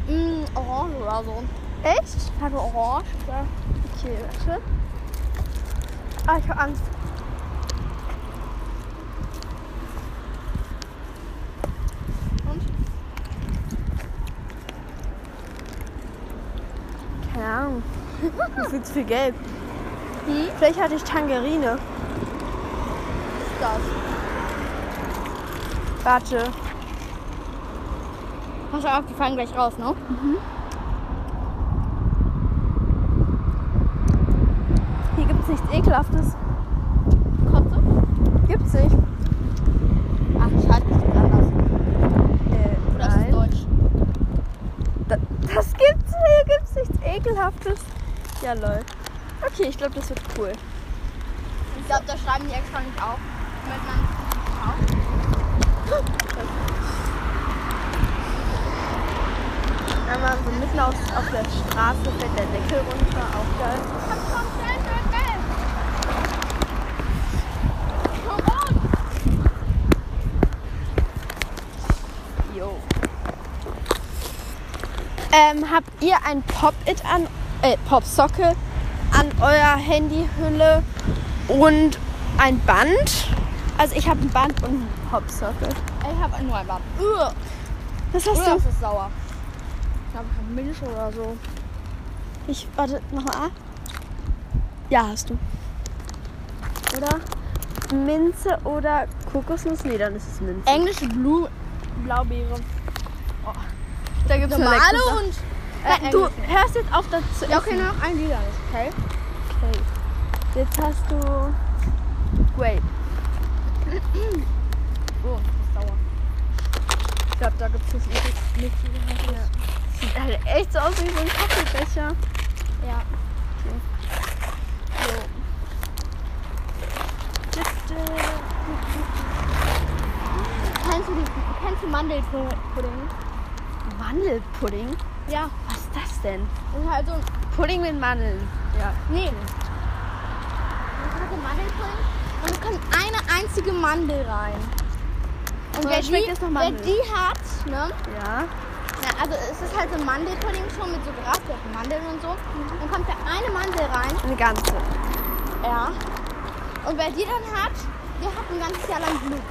[SPEAKER 5] aber- Mm, Orange oder so.
[SPEAKER 6] Echt?
[SPEAKER 5] Ich habe Orange.
[SPEAKER 6] Okay, warte. Ah, ich hab Angst. Und? Keine Ahnung. (laughs) Das ist viel zu viel gelb.
[SPEAKER 5] Hm?
[SPEAKER 6] Vielleicht hatte ich Tangerine. das? Warte.
[SPEAKER 5] Pass auf, die fallen gleich raus, ne?
[SPEAKER 6] Hier gibt es nichts Ekelhaftes.
[SPEAKER 5] Kommt so?
[SPEAKER 6] Gibt's nicht.
[SPEAKER 5] Ach, ich halte mich anders.
[SPEAKER 6] Äh,
[SPEAKER 5] Oder ist es deutsch?
[SPEAKER 6] Da, das gibt's, hier gibt's nichts Ekelhaftes. Ja, lol. Okay, ich glaube, das wird cool.
[SPEAKER 5] Ich glaube, da schreiben die extra nicht auf. Damit man
[SPEAKER 6] Einmal so mitten auf, auf der Straße fällt der Deckel runter, auch geil. Jo. Ähm, habt ihr ein Pop-It an, äh, Pop-Socke an eurer Handyhülle und ein Band? Also ich habe ein Band und ein Pop-Socke.
[SPEAKER 5] Ich habe nur ein Bad.
[SPEAKER 6] Was hast
[SPEAKER 5] Oder
[SPEAKER 6] du?
[SPEAKER 5] ist es sauer? Ich glaube, ich habe Milch oder so.
[SPEAKER 6] Ich warte nochmal. Ja, hast du. Oder Minze oder Kokosnuss? Nee, dann ist es Minze. Oh.
[SPEAKER 5] Englische Blu Blaubeere.
[SPEAKER 6] da gibt's eine
[SPEAKER 5] Normale
[SPEAKER 6] leckere Sache.
[SPEAKER 5] und.
[SPEAKER 6] Nein, äh, du hörst jetzt auf dazu.
[SPEAKER 5] Ja, okay, noch ein Lieder. Okay.
[SPEAKER 6] Jetzt hast du Grape.
[SPEAKER 5] Oh, ist sauer.
[SPEAKER 6] Ich glaube, da gibt's nicht nicht viel. Ja. Sieht halt echt so aus wie so ein Kaffeebecher.
[SPEAKER 5] Ja. Kennst du, die, kennst du Mandelpudding?
[SPEAKER 6] Mandelpudding?
[SPEAKER 5] Ja.
[SPEAKER 6] Was ist das denn?
[SPEAKER 5] Das ist halt so ein.
[SPEAKER 6] Pudding mit Mandeln. Ja.
[SPEAKER 5] Nee. Das hat den Mandelpudding. Und da kommt eine einzige Mandel rein. Und
[SPEAKER 6] Aber
[SPEAKER 5] wer
[SPEAKER 6] schmeckt
[SPEAKER 5] die,
[SPEAKER 6] das nach
[SPEAKER 5] wer
[SPEAKER 6] Mandel?
[SPEAKER 5] die hat, ne?
[SPEAKER 6] Ja.
[SPEAKER 5] Na, also es ist halt so ein Mandelpudding schon mit so geraspelten Mandeln und so. Dann kommt da eine Mandel rein.
[SPEAKER 6] Eine ganze.
[SPEAKER 5] Ja. Und wer die dann hat, der hat ein ganzes Jahr lang Glück.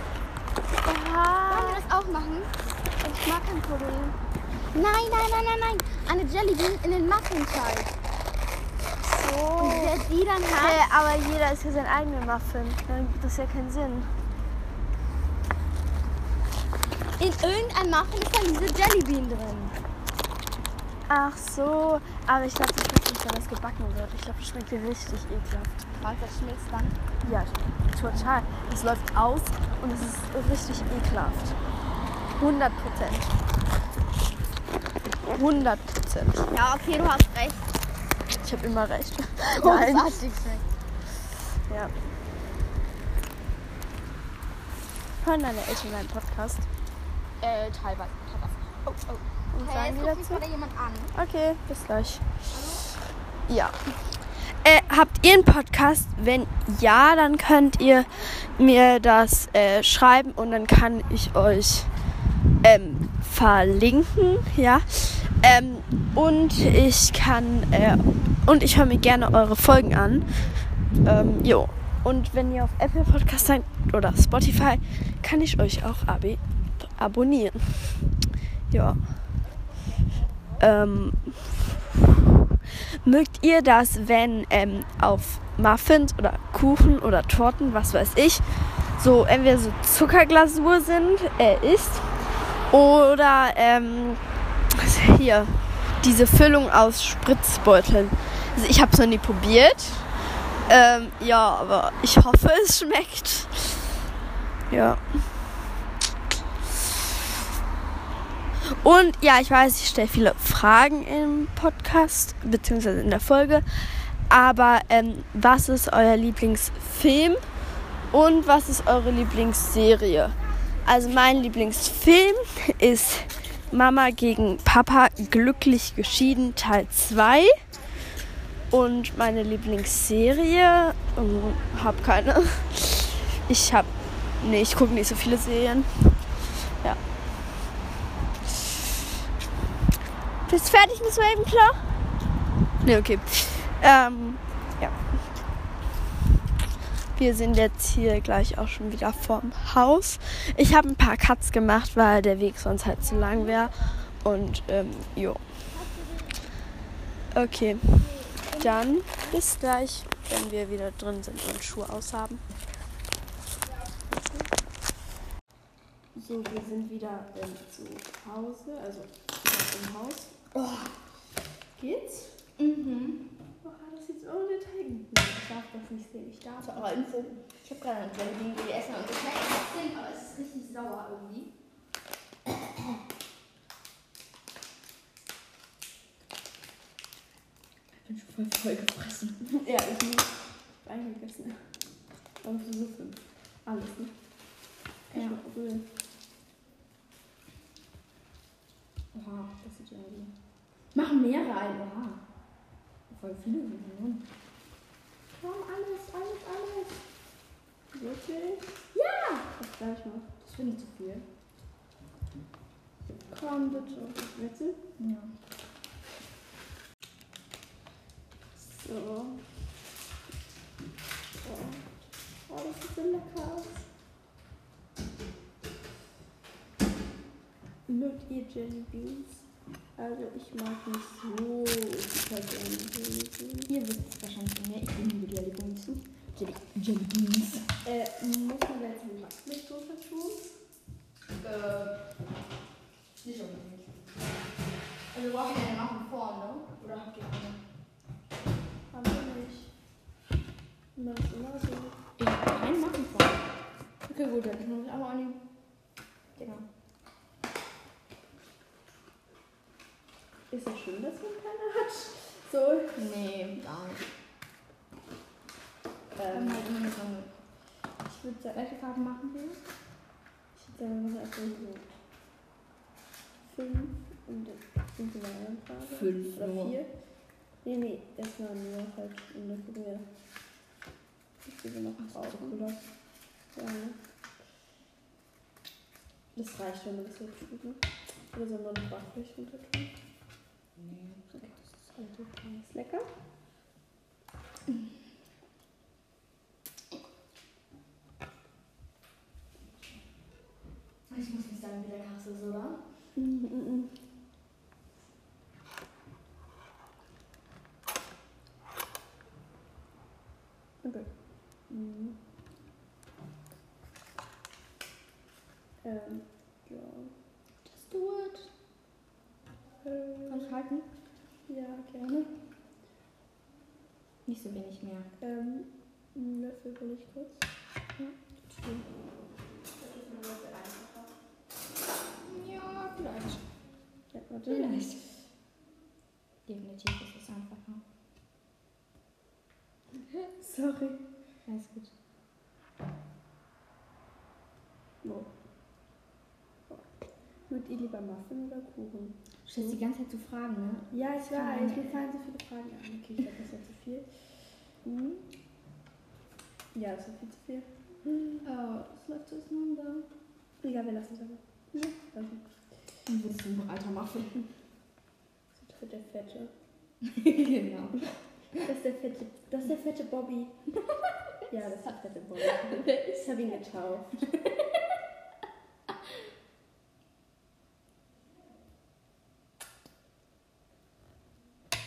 [SPEAKER 5] Wollen wir das auch machen? Ich mag kein Pudding. Nein, nein, nein, nein, nein. Eine Jellybean in den Muffinteig. Und wer die dann hat,
[SPEAKER 4] Äh, aber jeder ist ja sein eigener Muffin. Dann gibt das ja keinen Sinn.
[SPEAKER 5] in irgendeinem Muffin ist dann diese Jellybean drin.
[SPEAKER 4] Ach so, aber ich glaube, das schmeckt nicht, wenn das gebacken wird. Ich glaube, das schmeckt dir richtig ekelhaft.
[SPEAKER 5] Meinst das schmilzt dann?
[SPEAKER 4] Ja, total. Es läuft aus und es ist richtig ekelhaft.
[SPEAKER 6] 100 Prozent. 100 Prozent.
[SPEAKER 5] Ja, okay, du hast recht.
[SPEAKER 6] Ich habe immer recht.
[SPEAKER 4] Oh,
[SPEAKER 5] Nein. Das schmeckt.
[SPEAKER 6] Hören deine Eltern einen Podcast?
[SPEAKER 5] Äh, teilweise. Oh, oh.
[SPEAKER 6] Was
[SPEAKER 5] Okay,
[SPEAKER 6] sagen
[SPEAKER 5] jetzt
[SPEAKER 6] die
[SPEAKER 5] guckt mich
[SPEAKER 6] dazu?
[SPEAKER 5] wieder jemand an.
[SPEAKER 6] Okay, bis gleich. Ja. Äh, habt ihr einen Podcast? Wenn ja, dann könnt ihr mir das äh, schreiben und dann kann ich euch ähm, verlinken. Ja. Ähm, und ich kann äh, und ich höre mir gerne eure Folgen an. Ähm, jo. Und wenn ihr auf Apple Podcast seid oder Spotify, kann ich euch auch abi abonnieren. Ja. Ähm, mögt ihr das, wenn ähm, auf Muffins oder Kuchen oder Torten, was weiß ich, so entweder so Zuckerglasur sind, äh, ist, oder ähm, hier diese Füllung aus Spritzbeuteln. Also ich habe es noch nie probiert. Ähm, ja, aber ich hoffe, es schmeckt. Ja. Und ja, ich weiß, ich stelle viele Fragen im Podcast, beziehungsweise in der Folge. Aber ähm, was ist euer Lieblingsfilm und was ist eure Lieblingsserie? Also mein Lieblingsfilm (laughs) ist Mama gegen Papa glücklich geschieden Teil 2. Und meine Lieblingsserie, ähm, hab keine. (laughs) Ich hab, nee, ich gucke nicht so viele Serien. Ja.
[SPEAKER 4] Bist du fertig mit Raven Claw?
[SPEAKER 6] Nee, Ne, okay. Ähm, ja. Wir sind jetzt hier gleich auch schon wieder vorm Haus. Ich habe ein paar Cuts gemacht, weil der Weg sonst halt zu lang wäre. Und ähm, jo. Okay. Dann bis gleich, wenn wir wieder drin sind und Schuhe aushaben.
[SPEAKER 2] So, wir sind wieder ähm, zu Hause, also wieder im Haus. Oh. Geht's? Mhm. Oh, das ist jetzt ohne Teig. Ich darf das nicht sehen, ich darf.
[SPEAKER 3] Aber Info. Ich habe gerade noch Dinge, die wir essen und das schmeckt trotzdem, aber es ist richtig sauer irgendwie.
[SPEAKER 2] Ich bin schon voll voll gefressen. (laughs) ja, ich bin eingegessen. Aber so Suppen. Alles, ne? Ja. Rühren. Oha, das sieht ja irgendwie. Machen mehrere ein, oha. Voll viele Millionen. Komm, alles, alles, alles. Wirklich? Ja! Das gleich mal. Das finde ich zu viel. Komm, bitte. Willst du?
[SPEAKER 1] Ja.
[SPEAKER 2] So. Oh, oh das sieht so lecker aus. Mögt ihr Jelly Beans? Also ich mag nicht so super gerne Jelly Beans.
[SPEAKER 1] Ihr wisst es wahrscheinlich von mir, ich bin die Jelly Beans zu. Jelly, Jelly Beans.
[SPEAKER 2] Äh, muss man da jetzt eine Backmischsoße tun?
[SPEAKER 3] Äh, nicht unbedingt. Also brauchen wir ja noch eine Form, ne? Oder habt ihr eine?
[SPEAKER 2] Haben wir nicht. Man ist immer so.
[SPEAKER 1] Ich habe keinen Machen vor. Okay, gut, dann muss ich aber auch nicht. Genau.
[SPEAKER 2] Ist es schön, dass man keine hat? So,
[SPEAKER 1] Nee, gar nicht.
[SPEAKER 2] ähm,
[SPEAKER 1] halt immer nur so eine.
[SPEAKER 2] ich würde sagen,
[SPEAKER 1] Welche Farben machen wir?
[SPEAKER 2] ich würde sagen, wir machen erstmal so fünf und dann sind wir in der anderen Farbe.
[SPEAKER 1] Fünf
[SPEAKER 2] Oder
[SPEAKER 1] nur.
[SPEAKER 2] vier. Nee, nee, erstmal nur halt und dann gucken wir, wie viel wir noch brauchen, oder? Ja, ne? Das reicht, wenn wir das jetzt tun. Oder sollen wir noch Backfleisch runter tun? Okay, das ist halt so ganz lecker.
[SPEAKER 3] Ich muss nicht sagen, wie lecker es ist, oder?
[SPEAKER 2] Okay. Mhm. Ähm, ja.
[SPEAKER 1] Just do it.
[SPEAKER 2] Äh,
[SPEAKER 1] Kannst du halten?
[SPEAKER 2] ja, gerne.
[SPEAKER 1] Nicht so wenig mehr.
[SPEAKER 2] Ähm, einen Löffel hole ich kurz.
[SPEAKER 1] Ja, vielleicht.
[SPEAKER 2] Ja, warte.
[SPEAKER 1] Vielleicht. Definitiv ist es einfacher.
[SPEAKER 2] (laughs) Sorry.
[SPEAKER 1] Alles gut.
[SPEAKER 2] No. So. Würdet ihr lieber Muffin oder Kuchen?
[SPEAKER 1] Du stellst die ganze Zeit zu Fragen, ne?
[SPEAKER 2] Ja, ich weiß. Mir fallen so viele Fragen an. Okay, ich glaube, das war zu viel. Mhm. Ja, das war viel zu viel. Äh,
[SPEAKER 1] Oh, das läuft auseinander.
[SPEAKER 2] Egal, wir lassen es aber. Ja. Also,
[SPEAKER 1] Dann würdest du noch alter machen. (laughs)
[SPEAKER 2] das wird der Fette.
[SPEAKER 1] genau.
[SPEAKER 2] Das ist der fette, das ist der fette Bobby. (laughs) Ja, das ist der fette (laughs) Bobby. Ich habe ihn getauft.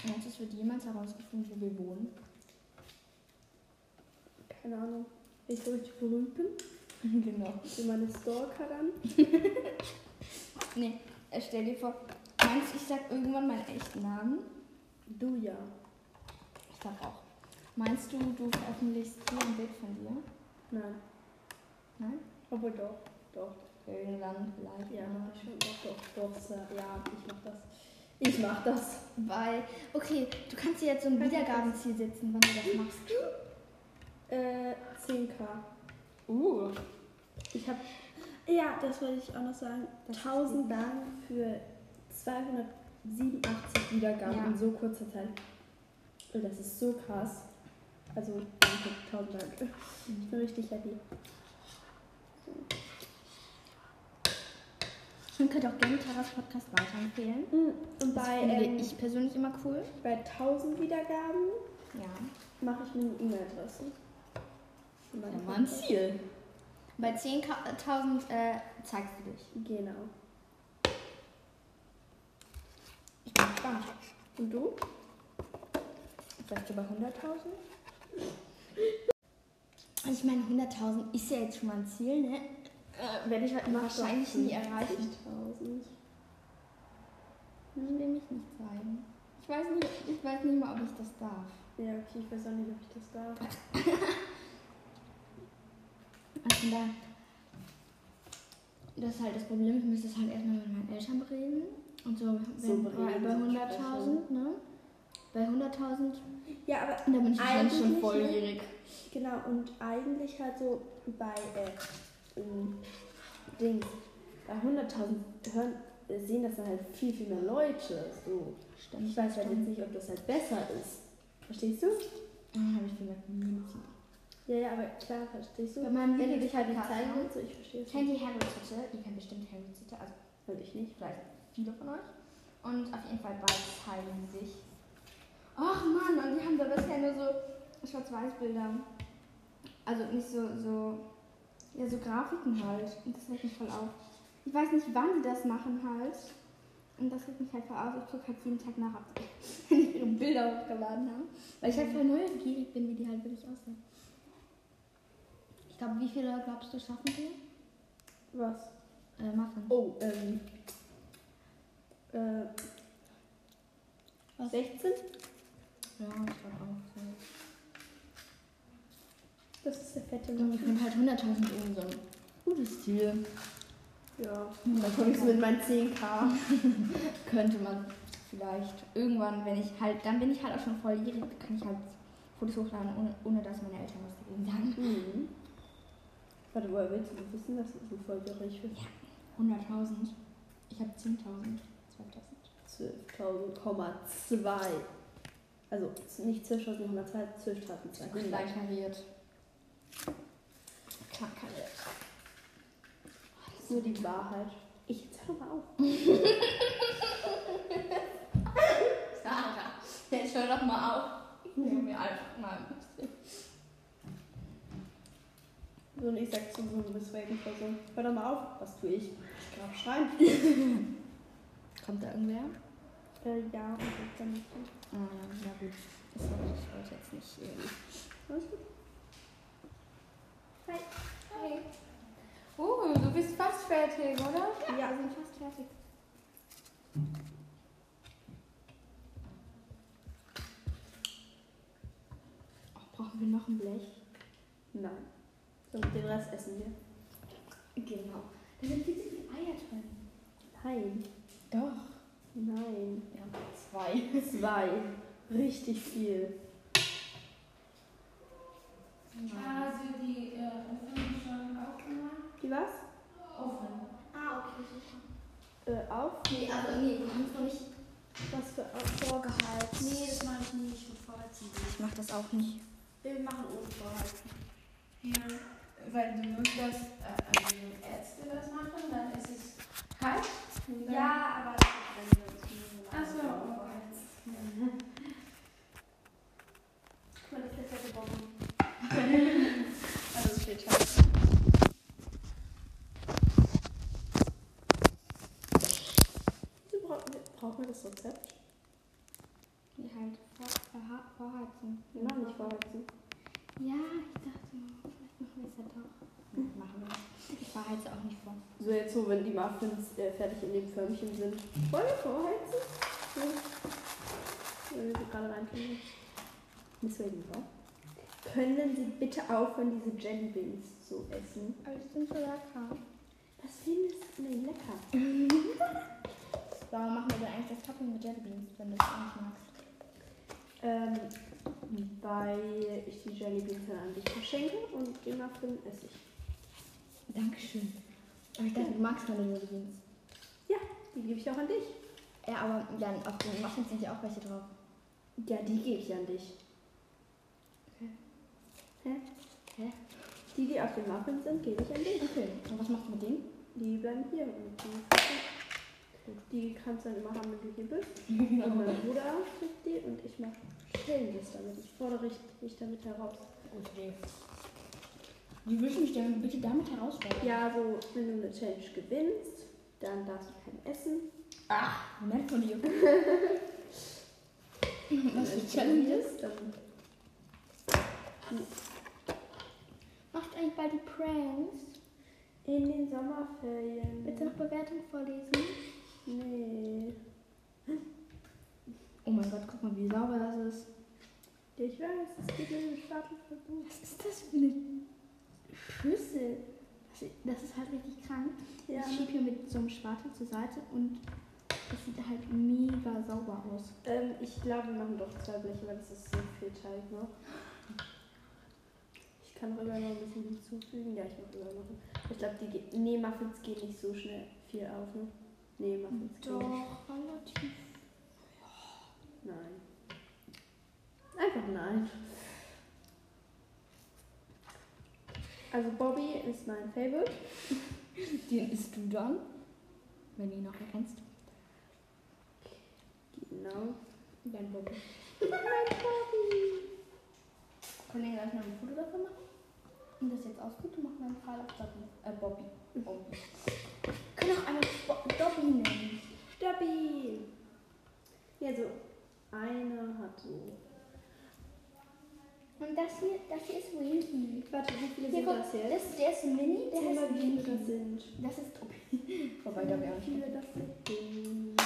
[SPEAKER 1] Meinst du, es wird jemals herausgefunden, wo wir wohnen?
[SPEAKER 2] keine Ahnung, wenn ich so richtig berühmt bin.
[SPEAKER 1] (laughs) Genau.
[SPEAKER 2] Für meine Stalker dann.
[SPEAKER 1] Nee, äh, stell dir vor, meinst du, ich sag irgendwann meinen echten Namen?
[SPEAKER 2] Du ja.
[SPEAKER 1] Ich sag auch. Meinst du, du veröffentlichst hier ein Bild von dir?
[SPEAKER 2] Nein.
[SPEAKER 1] Nein?
[SPEAKER 2] Obwohl doch. Doch.
[SPEAKER 1] Irgendwann vielleicht.
[SPEAKER 2] Ja,
[SPEAKER 1] mal.
[SPEAKER 2] schon. Doch, doch, doch. Sir. Ja, ich mach das. Ich mach das.
[SPEAKER 1] Weil, okay, du kannst dir jetzt so ein Wiedergabenziel setzen, wann du (laughs) das machst.
[SPEAKER 2] Äh, 10k.
[SPEAKER 1] Uh.
[SPEAKER 2] Ich habe. Ja, das wollte ich auch noch sagen. 1000 Dank für 287 Wiedergaben
[SPEAKER 1] Ja.
[SPEAKER 2] in so kurzer Zeit. Und das ist so krass. Also, danke, 1000 Dank. Ich
[SPEAKER 1] Mhm.
[SPEAKER 2] bin richtig happy.
[SPEAKER 1] Man könnte auch gerne Taras Podcast weiterempfehlen.
[SPEAKER 2] Hm, Und
[SPEAKER 1] Das
[SPEAKER 2] bei,
[SPEAKER 1] finde
[SPEAKER 2] ähm,
[SPEAKER 1] ich persönlich immer cool.
[SPEAKER 2] bei 1000 Wiedergaben
[SPEAKER 1] Ja.
[SPEAKER 2] mache ich mir eine E-Mail-Adresse. Und dann
[SPEAKER 1] ein Ziel. Bei 10.000 äh, zeigst du dich.
[SPEAKER 2] Genau.
[SPEAKER 1] Ich bin gespannt.
[SPEAKER 2] Und du?
[SPEAKER 1] Vielleicht über 100.000? Ich meine, 100.000 ist ja jetzt schon mal ein Ziel, ne? Äh, Werde ich halt wahrscheinlich nie erreichen.
[SPEAKER 2] 1000.
[SPEAKER 1] Ich will mich nicht zeigen. Ich weiß nicht, ich weiß nicht mal, ob ich das darf.
[SPEAKER 2] Ja, okay, ich weiß auch nicht, ob ich das darf.
[SPEAKER 1] Also da, das ist halt das Problem, ich müsste es halt erstmal mit meinen Eltern bereden. Und so, wenn
[SPEAKER 2] bereden,
[SPEAKER 1] bei, bei
[SPEAKER 2] so
[SPEAKER 1] 100.000, ne? Bei 100.000,
[SPEAKER 2] Ja, aber
[SPEAKER 1] da bin ich wahrscheinlich
[SPEAKER 2] Eigentlich
[SPEAKER 1] schon
[SPEAKER 2] nicht,
[SPEAKER 1] volljährig.
[SPEAKER 2] Genau, und eigentlich halt so bei äh, ähm, Dings, bei 100.000 hören, äh, sehen das dann halt viel, viel mehr Leute. So.
[SPEAKER 1] Stimmt.
[SPEAKER 2] Ich weiß halt jetzt nicht, ob das halt besser ist. Verstehst du?
[SPEAKER 1] Dann habe ich gemerkt, Münzen.
[SPEAKER 2] Ja, ja, aber klar, verstehst du?
[SPEAKER 1] Wenn man
[SPEAKER 2] Wenn du
[SPEAKER 1] wirklich
[SPEAKER 2] dich halt nicht
[SPEAKER 1] Podcast
[SPEAKER 2] zeigen
[SPEAKER 1] macht.
[SPEAKER 2] willst, so, ich verstehe es.
[SPEAKER 1] Kennt ihr Harry Potter? Ihr kennt bestimmt Harry Potter, also
[SPEAKER 2] Halt ich nicht.
[SPEAKER 1] vielleicht viele von euch. Und auf jeden Fall beide teilen sich. Och Mann, und die haben da bisher nur so Schwarz-Weiß-Bilder. Also nicht so, so, ja, so Grafiken halt. Und das regt mich voll auf. Ich weiß nicht, wann die das machen halt. Und das regt mich halt voll auf. Ich gucke halt jeden Tag nach, ob die (laughs) wenn die ihre Bilder hochgeladen haben. Weil ich halt voll neugierig bin, wie die halt wirklich aussehen. Ich glaube, wie viele glaubst du schaffen wir?
[SPEAKER 2] Was?
[SPEAKER 1] Äh, machen.
[SPEAKER 2] Oh, ähm. Äh,
[SPEAKER 1] Was?
[SPEAKER 2] 16?
[SPEAKER 1] Ja, ich glaube auch. So.
[SPEAKER 2] Das ist der fette
[SPEAKER 1] Und
[SPEAKER 2] Mann.
[SPEAKER 1] wir können halt 100.000 Euro so ein gutes Ziel.
[SPEAKER 2] Ja.
[SPEAKER 1] Da komme ich so
[SPEAKER 2] Mit
[SPEAKER 1] mit,
[SPEAKER 2] meinen 10k.
[SPEAKER 1] könnte man vielleicht irgendwann, wenn ich halt, dann bin ich halt auch schon volljährig, kann ich halt Fotos hochladen, ohne, ohne dass meine Eltern was dagegen sagen.
[SPEAKER 2] Mhm. Warte, woher willst du wissen, dass du volljährig bist?
[SPEAKER 1] 100.000. Ich habe 10.000. 12.000.
[SPEAKER 2] 12.000,2. Also z- nicht 12.000,2, 12.200.
[SPEAKER 1] Gleichariert. Klar, kann ich.
[SPEAKER 2] Nur die Wahrheit. Ich jetzt hör doch mal auf.
[SPEAKER 1] Sarah, jetzt hör doch mal auf. Nimm mir einfach mal ein bisschen.
[SPEAKER 2] So, und ich sag zu so, du bist Regenperson. Hör doch mal auf. Was tue ich? Ich kann auch schreien.
[SPEAKER 1] Kommt da irgendwer?
[SPEAKER 2] äh, ja, und ich dann nicht.
[SPEAKER 1] Ah, ja, ja gut. Das war nicht, ich wollte jetzt nicht äh, irgendwie.
[SPEAKER 2] Alles gut.
[SPEAKER 1] Hi. Oh, du bist fast fertig, oder?
[SPEAKER 2] Ja.
[SPEAKER 1] wir sind fast fertig. Oh, brauchen wir noch ein Blech?
[SPEAKER 2] Nein. So, mit dem Rest essen wir.
[SPEAKER 1] Genau. Da sind viel zu viele Eier drin.
[SPEAKER 2] Nein.
[SPEAKER 1] Doch.
[SPEAKER 2] Nein.
[SPEAKER 1] Wir haben zwei. (laughs)
[SPEAKER 2] Zwei. Richtig viel.
[SPEAKER 3] Also die äh, Öffnung schon aufgemacht?
[SPEAKER 2] Die was?
[SPEAKER 3] Offen.
[SPEAKER 5] Ah,
[SPEAKER 2] Äh, auf?
[SPEAKER 1] Nee, also nee, wir haben es noch nicht.
[SPEAKER 2] Was für äh, auf?
[SPEAKER 3] Nee, das mache ich nicht. Ich will vorheizen.
[SPEAKER 1] Ich mach das auch nicht.
[SPEAKER 3] Wir machen ohne vorheizen. Ja. Weil du musst das, äh, also wenn Ärzte das machen, dann ist es kalt. Ja, oh aber Achso, okay. Guck mal, das ist ja gebrochen. (laughs)
[SPEAKER 2] Also, es steht halt. Wieso brauchen wir- Brauchen wir das Rezept?
[SPEAKER 1] Die halt vor, verha- vorheizen.
[SPEAKER 2] Nein, nicht vorheizen.
[SPEAKER 1] Ja, ich dachte mal.
[SPEAKER 2] Hm. Also jetzt so, wenn die Muffins äh, fertig in dem Förmchen sind. Wollen wir vorheizen? Ja. Wenn wir sie gerade reinkriegen. Müssen wir die auch? Können Sie bitte aufhören, diese Jelly Beans zu essen?
[SPEAKER 5] Aber die sind so lecker.
[SPEAKER 2] Das findest du denn lecker?
[SPEAKER 1] Warum machen wir denn eigentlich das Topping mit Jellybeans, wenn du es eigentlich magst?
[SPEAKER 2] Ähm, weil ich die Jelly Beans dann an dich verschenke und den Muffin esse ich.
[SPEAKER 1] Dankeschön. Aber ich dachte, du magst keine Jellybeans.
[SPEAKER 2] Ja, die gebe ich auch an dich.
[SPEAKER 1] Ja, aber ja, auf den Muffins sind ja auch welche drauf.
[SPEAKER 2] Ja, die gebe ich an dich. Hä?
[SPEAKER 1] Hä?
[SPEAKER 2] Die, die auf dem Muffin sind, gebe ich an dich.
[SPEAKER 1] Okay, und was machst du mit denen?
[SPEAKER 2] Die bleiben hier. Und die, die kannst du dann immer haben, wenn du hier
[SPEAKER 5] (laughs)
[SPEAKER 2] bist. Und mein Bruder kriegt die und ich mache Schellendes damit. Ich fordere dich- dich damit heraus.
[SPEAKER 1] Gute Idee. Wie willst du mich denn bitte damit herausfordern?
[SPEAKER 2] Ja, so, wenn du eine Challenge gewinnst, dann darfst du kein Essen.
[SPEAKER 1] Moment von dir. was für Challenges?
[SPEAKER 2] Challenges, dann
[SPEAKER 5] Hm. Macht eigentlich bald die Pranks.
[SPEAKER 2] in den Sommerferien.
[SPEAKER 5] Willst du noch Bewertung vorlesen?
[SPEAKER 2] Nee.
[SPEAKER 1] Oh mein Gott, guck mal, wie sauber das ist.
[SPEAKER 2] Ich weiß, es gibt mir um den Stapelverbot.
[SPEAKER 5] Was ist das für eine Schüssel? Das ist- Das ist halt richtig krank.
[SPEAKER 2] Ja.
[SPEAKER 5] Ich schiebe hier mit so einem Spatel zur Seite und das sieht halt mega sauber aus.
[SPEAKER 2] Ähm, ich glaube, wir machen doch zwei Bleche, weil das ist so viel Teig noch. Ich kann rüber noch ein bisschen hinzufügen. Ja, ich mache rüber noch. Ich glaube, die ge- Nee, Muffins gehen nicht so schnell viel auf, ne? Nee, Muffins gehen nicht.
[SPEAKER 5] Doch, relativ.
[SPEAKER 2] Nein. Einfach nein. Also Bobby ist mein Favorite.
[SPEAKER 1] Den isst du dann, wenn du ihn noch erkennst. (laughs)
[SPEAKER 2] Genau.
[SPEAKER 1] Dein Bobby. Können wir gleich noch ein Foto davon machen? Und das jetzt ausgeht, du machst meinen Pfeil auf Bobby. Äh, Bobby. Bobby.
[SPEAKER 5] Können auch einmal Bo- Dobby nennen.
[SPEAKER 2] Dobby! Ja, so einer hat so.
[SPEAKER 5] Und das hier, das hier ist Winky.
[SPEAKER 2] Warte, wie viele
[SPEAKER 5] Hier,
[SPEAKER 2] sind
[SPEAKER 5] guck,
[SPEAKER 2] das
[SPEAKER 5] das
[SPEAKER 2] jetzt?
[SPEAKER 5] ist der ist Mini, der
[SPEAKER 2] Zähl
[SPEAKER 5] heißt
[SPEAKER 2] mal, wie viele das
[SPEAKER 5] Winky.
[SPEAKER 2] sind.
[SPEAKER 1] Das ist Bobby. Vorbei, da wäre
[SPEAKER 2] Wie
[SPEAKER 1] ich.
[SPEAKER 2] viele das sind?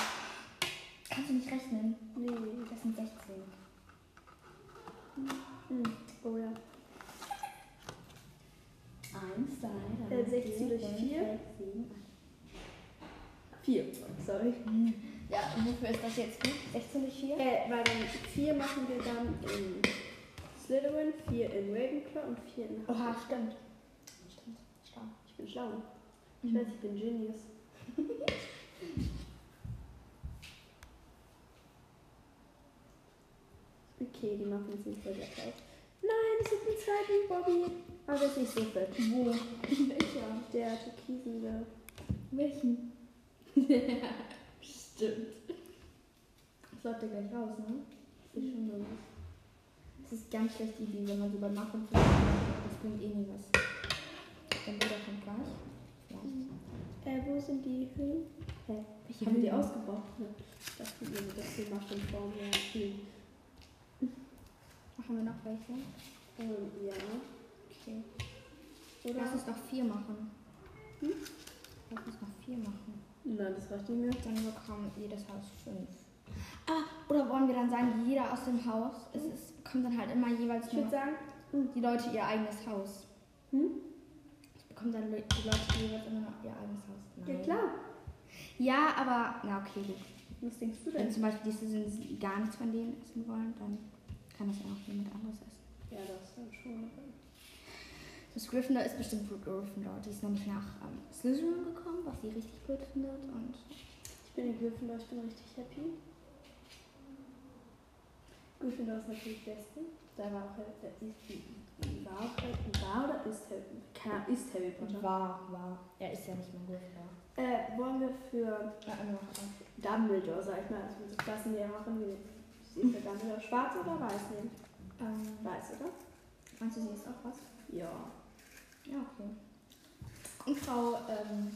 [SPEAKER 1] Kannst du nicht rechnen?
[SPEAKER 2] Nee.
[SPEAKER 1] Das sind 16.
[SPEAKER 2] Hm. Oh ja.
[SPEAKER 1] Eins, zwei, drei,
[SPEAKER 2] Äh, 16 durch
[SPEAKER 1] fünf,
[SPEAKER 2] vier.
[SPEAKER 1] sechs, sieben, acht.
[SPEAKER 2] Vier. Sorry.
[SPEAKER 1] Ja, und wofür ist das jetzt gut? 16 durch 4?
[SPEAKER 2] Äh, weil dann vier machen wir dann in Slytherin, vier in Ravenclaw und vier in Hufflepuff.
[SPEAKER 1] Oha, stimmt. Stimmt, stark.
[SPEAKER 2] Ich bin schlau. ne? Ich weiß, ich bin Genius. (laughs) okay, die machen es nicht voll der Zeit. Nein, es gibt einen zweiten Bobby. Aber der ist nicht so fett.
[SPEAKER 1] Wo?
[SPEAKER 2] Der türkisende.
[SPEAKER 1] Welchen? stimmt. Das läuft ja gleich raus, ne? Das ist schon so. Das ist ganz schlechte Idee, wenn man so beim Machen Das bringt eh nie was. Dann Bruder kommt gleich.
[SPEAKER 2] Äh, wo sind die Hüllen? Hä? Ich habe die ausgebaut. Ne? Das tut mir leid, das Thema schon vor mir. Hm.
[SPEAKER 1] Machen wir noch welche?
[SPEAKER 2] Ähm, ja.
[SPEAKER 1] Okay. Oder lass uns noch vier machen. Hm? Lass uns noch vier machen.
[SPEAKER 2] Nein, das reicht nicht mehr.
[SPEAKER 1] Dann bekommt jedes Haus fünf. Ah, oder wollen wir dann sagen, jeder aus dem Haus, es ist, bekommt dann halt immer jeweils
[SPEAKER 2] Ich würde
[SPEAKER 1] nur
[SPEAKER 2] sagen,
[SPEAKER 1] die Leute ihr eigenes Haus.
[SPEAKER 2] Hm?
[SPEAKER 1] Es bekommt dann le- die Leute jeweils immer nur ihr eigenes Haus.
[SPEAKER 2] ja
[SPEAKER 1] Nein.
[SPEAKER 2] klar.
[SPEAKER 1] Ja, aber, na okay, gut.
[SPEAKER 2] Was denkst du
[SPEAKER 1] Wenn
[SPEAKER 2] denn?
[SPEAKER 1] zum Beispiel die Season gar nichts von denen essen wollen, dann kann das ja auch jemand anderes essen.
[SPEAKER 2] Ja, das dann schon.
[SPEAKER 1] Miss Gryffindor ist bestimmt für Gryffindor. Die ist nämlich nach ähm, Slytherin gekommen, was sie richtig blöd findet. Und
[SPEAKER 2] Ich bin in Gryffindor, ich bin richtig happy. Gryffindor ist natürlich das Beste. Da war auch, äh, da ist, war auch, war oder ist Harry, keine Ahnung, ist Harry Potter.
[SPEAKER 1] war, war. Er ist ja nicht mehr Gryffindor.
[SPEAKER 2] Äh, wollen wir für
[SPEAKER 1] Ja, immer noch.
[SPEAKER 2] Dumbledore, sag ich mal, also unsere Klassenlehrerin, wie ist für Dumbledore schwarz oder weiß nehmen?
[SPEAKER 1] Ähm,
[SPEAKER 2] Weiß, oder?
[SPEAKER 1] meinst du, sie ist auch was?
[SPEAKER 2] Ja.
[SPEAKER 1] Ja, okay. Und Frau, ähm,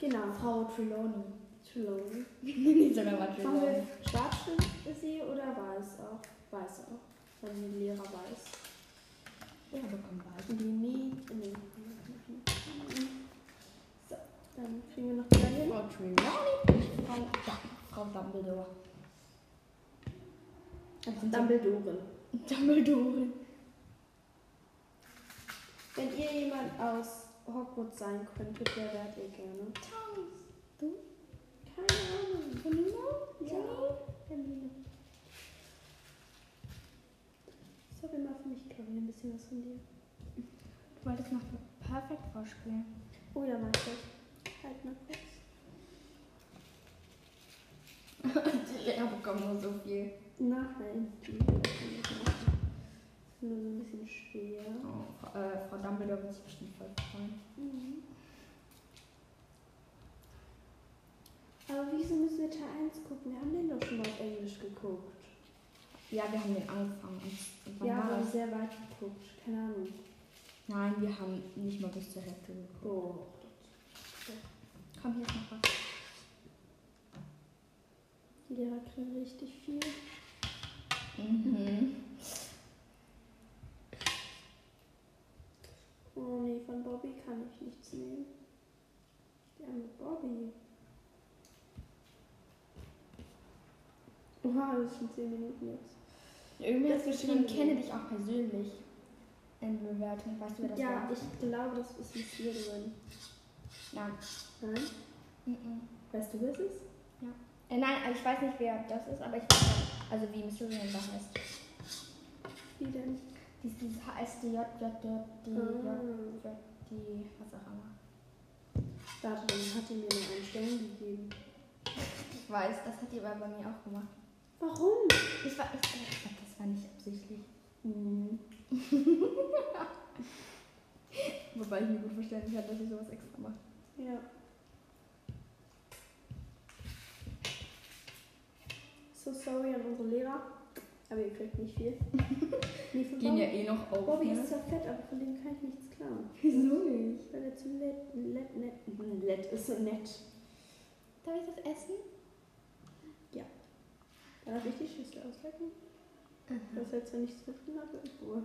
[SPEAKER 2] Genau.
[SPEAKER 1] Frau Trelawney.
[SPEAKER 2] Trelawney.
[SPEAKER 1] (laughs) Nicht sogar mal
[SPEAKER 2] Machen wir schwarz für sie oder weiß auch? Weiß auch, wenn die Lehrer weiß.
[SPEAKER 1] Ja, bekommen wir
[SPEAKER 2] Die nie in den So, Dann kriegen wir noch wieder hin.
[SPEAKER 1] Frau Trelawney? Frau, ja, Frau Dumbledore.
[SPEAKER 2] Dumbledore.
[SPEAKER 1] Dumbledore.
[SPEAKER 2] Wenn ihr jemand aus Hogwarts sein könntet, wer wärt ihr gerne? Du? Keine Ahnung. Hermine? Ja. Hermine. Sorry mal für mich, Claudia, ein bisschen was von dir.
[SPEAKER 1] Du wolltest noch perfekt vorspielen.
[SPEAKER 2] Oh ja, mach ich. Halt mal kurz.
[SPEAKER 1] Die Lehrer bekommen nur so viel.
[SPEAKER 2] Nein, die kann ich nicht machen. Ist nur so ein bisschen schwer.
[SPEAKER 1] Oh, äh, Frau Dumbledore wird sich bestimmt voll freuen.
[SPEAKER 5] Mhm.
[SPEAKER 2] Aber wieso müssen wir Teil 1 gucken? Wir haben den doch schon mal auf Englisch geguckt.
[SPEAKER 1] Ja, wir haben den angefangen. Und- Und wann
[SPEAKER 2] ja,
[SPEAKER 1] war
[SPEAKER 2] aber
[SPEAKER 1] das?
[SPEAKER 2] sehr weit geguckt. Keine Ahnung.
[SPEAKER 1] Nein, wir haben nicht mal bis zur Hälfte geguckt.
[SPEAKER 2] Boah.
[SPEAKER 1] Komm, hier ist noch was.
[SPEAKER 2] Die Lehrer kriegen richtig viel.
[SPEAKER 1] Mhm.
[SPEAKER 2] Oh nee, von Bobby kann ich nichts nehmen. Der arme Bobby. Oha, das ist schon 10 Minuten jetzt.
[SPEAKER 1] Irgendwer hat
[SPEAKER 2] Das ist
[SPEAKER 1] geschrieben,
[SPEAKER 2] schön.
[SPEAKER 1] kenne dich auch persönlich. In Bewertung, weißt du, wer das
[SPEAKER 2] ja,
[SPEAKER 1] war?
[SPEAKER 2] ich glaube, das ist ein Slytherin.
[SPEAKER 1] Nein.
[SPEAKER 2] Nein?
[SPEAKER 1] Mhm.
[SPEAKER 2] Weißt du, wer es ist?
[SPEAKER 1] Äh, nein, aber ich weiß nicht, wer das ist, aber ich weiß, also wie Miss Rowland da heißt.
[SPEAKER 2] Wie denn?
[SPEAKER 1] Dies, dieses HSDJ, J, J, D, J,
[SPEAKER 2] Ah.
[SPEAKER 1] J, D, was auch immer.
[SPEAKER 2] Warte, dann hat er mir noch einen Stern gegeben.
[SPEAKER 1] Ich weiß, das hat die aber bei mir auch gemacht.
[SPEAKER 2] Warum?
[SPEAKER 1] Ich war, ich, ich glaub, das war nicht absichtlich.
[SPEAKER 2] Hm.
[SPEAKER 1] Wobei ich mir gut verständlich habe, dass ich sowas extra mache.
[SPEAKER 2] Ja. So sorry an unsere Lehrer. Aber ihr kriegt nicht (laughs) viel. Nie von
[SPEAKER 1] Gehen
[SPEAKER 2] Bobby.
[SPEAKER 1] ja eh noch auf.
[SPEAKER 2] Bobby
[SPEAKER 1] ne?
[SPEAKER 2] ist zwar fett, aber von dem kann ich nichts klauen.
[SPEAKER 1] Wieso nicht?
[SPEAKER 2] Weil er zu nett, nett, nett, nett ist und nett.
[SPEAKER 1] Darf ich das essen?
[SPEAKER 2] Darf ich die Schüssel auslecken? Das hat zwar nichts mit drin, aber ich wohl.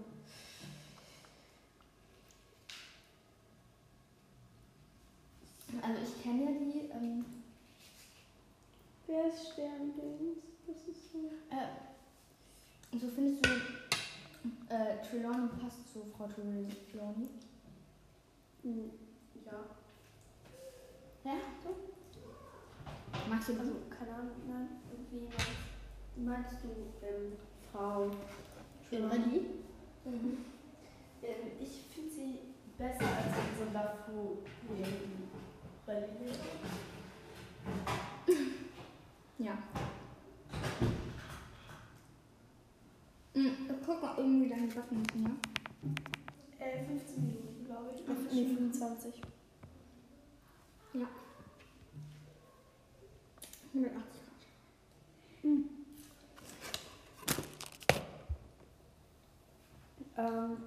[SPEAKER 1] Also ich kenne ja die, ähm,
[SPEAKER 2] Wer ist Sterndings? Das ist so.
[SPEAKER 1] Und so findest du, äh, Trelawney passt zu Frau Trelawney?
[SPEAKER 2] Hm. Ja.
[SPEAKER 1] Ja, Magst du das?
[SPEAKER 2] Also, keine Ahnung, nein. Irgendwie meinst du ähm, Frau
[SPEAKER 1] Trelawney?
[SPEAKER 3] Mhm. Ähm, Ich finde sie besser als unsere Lafou. Weil die
[SPEAKER 1] Ja. Mhm. Guck mal, irgendwie deine Sachen nicht mehr.
[SPEAKER 3] äh, 15 Minuten, glaube ich.
[SPEAKER 2] Nee, 25.
[SPEAKER 1] Ja. 180 Grad.
[SPEAKER 2] Ähm.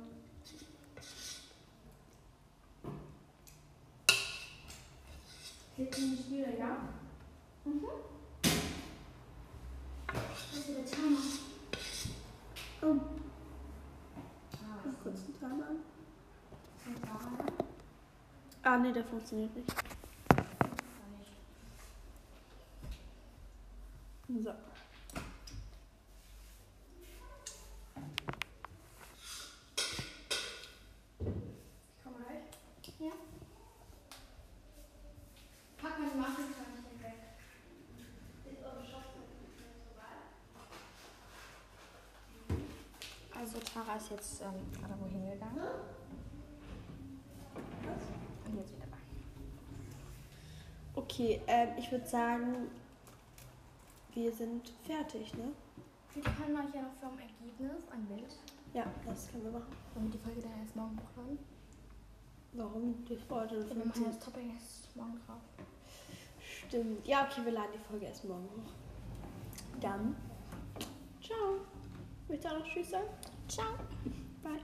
[SPEAKER 3] Hilft nicht wieder, ja?
[SPEAKER 2] Mach kurz den Timer an. Ah, nee, der funktioniert nicht. So.
[SPEAKER 3] Komm mal rein.
[SPEAKER 1] Pack mal die Markenkörnchen weg. Also Tara ist jetzt ähm, gerade wohin gegangen. Und jetzt wieder rein.
[SPEAKER 2] Okay, ähm, ich würde sagen, wir sind fertig, ne?
[SPEAKER 5] Wir können euch ja noch vom Ergebnis ein Bild,
[SPEAKER 2] Ja, das können wir machen.
[SPEAKER 5] damit die Folge dann erst morgen hochladen.
[SPEAKER 2] Warum? Die Folge
[SPEAKER 5] Wir machen das Topping erst morgen drauf.
[SPEAKER 2] Stimmt. Ja, okay, wir laden die Folge erst morgen hoch. Dann. Ciao. Möchtest du auch noch Tschüss sagen?
[SPEAKER 5] Ciao.
[SPEAKER 2] Bye.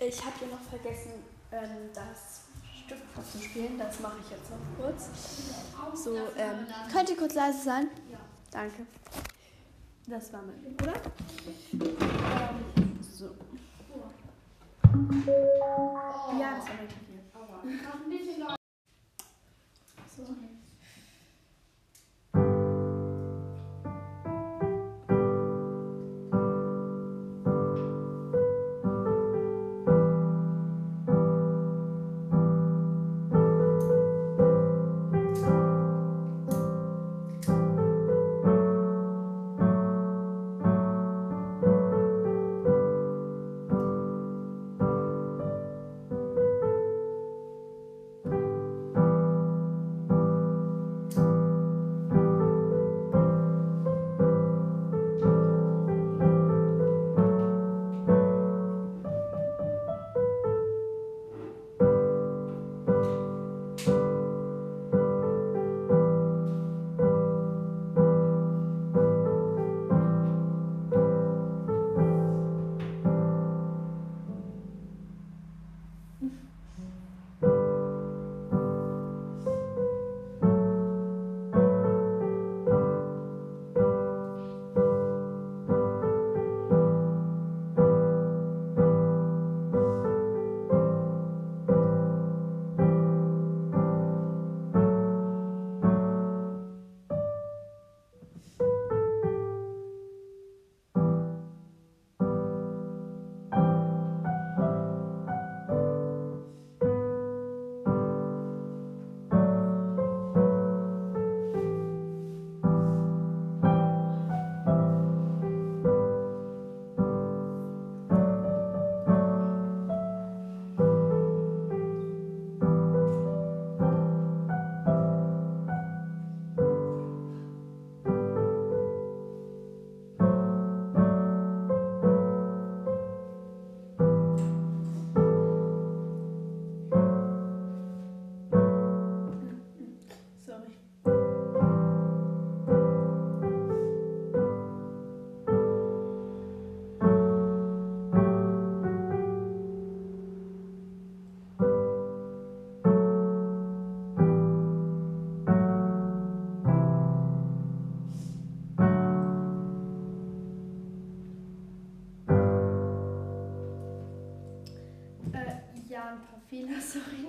[SPEAKER 3] Ich habe ja noch vergessen, ähm, das Stück vorzuspielen. Das mache ich jetzt noch kurz. So, ähm,
[SPEAKER 2] Könnt ihr kurz leise sein? Ja. Danke. Das war mein, oder? so. Ja, das war mein Klavier.
[SPEAKER 3] da Äh, ein paar Fehler, (laughs) sorry.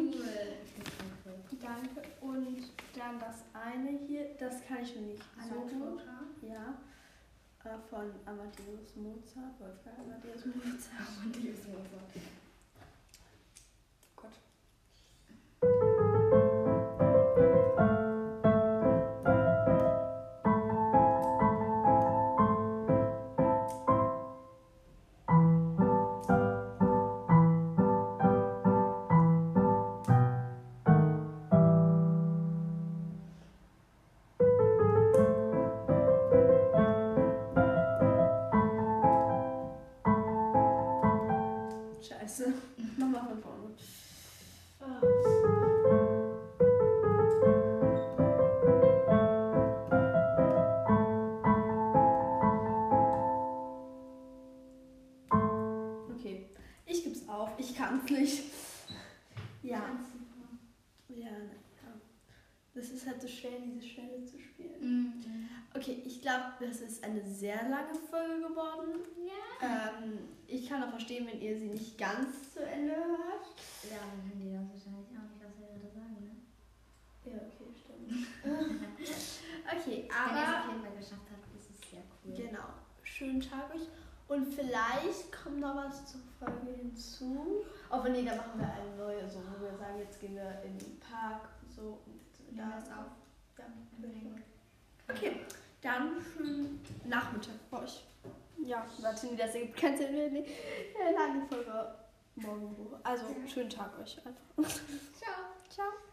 [SPEAKER 3] Danke. Und dann das eine hier, das kann ich mir nicht so gut. Ja. Äh, Von Amadeus Mozart, Wolfgang Amadeus Mozart. Scheiße. (laughs) Nochmal von vorne. Ah. Okay, ich gib's auf. Ich kann's nicht. Ja. Ja, na, ja. Das ist halt so schwer, diese Stelle zu spielen. Okay, ich glaube, das ist eine sehr lange Folge geworden. Ja. Ähm, ich kann auch verstehen, wenn ihr sie nicht ganz zu Ende hört.
[SPEAKER 1] Ja, dann haben die das wahrscheinlich auch nicht, was wir da sagen, ne?
[SPEAKER 3] Ja, okay, stimmt. (laughs) okay,
[SPEAKER 1] Wenn ihr es auf
[SPEAKER 3] aber
[SPEAKER 1] jeden Fall geschafft habt, ist es sehr cool.
[SPEAKER 3] genau. Schönen Tag euch. Und vielleicht kommt noch was zur Folge hinzu. Obwohl, nee, da machen wir eine neue, so wo wir sagen, jetzt gehen wir in den Park, so und da ist auch. Ja, okay, dann schönen Nachmittag für euch. Ja, warte, nee, das ergibt keinen Sinn mehr. Nee, Äh, lange Folge morgen. Also, schönen Tag euch einfach. Ciao. Ciao.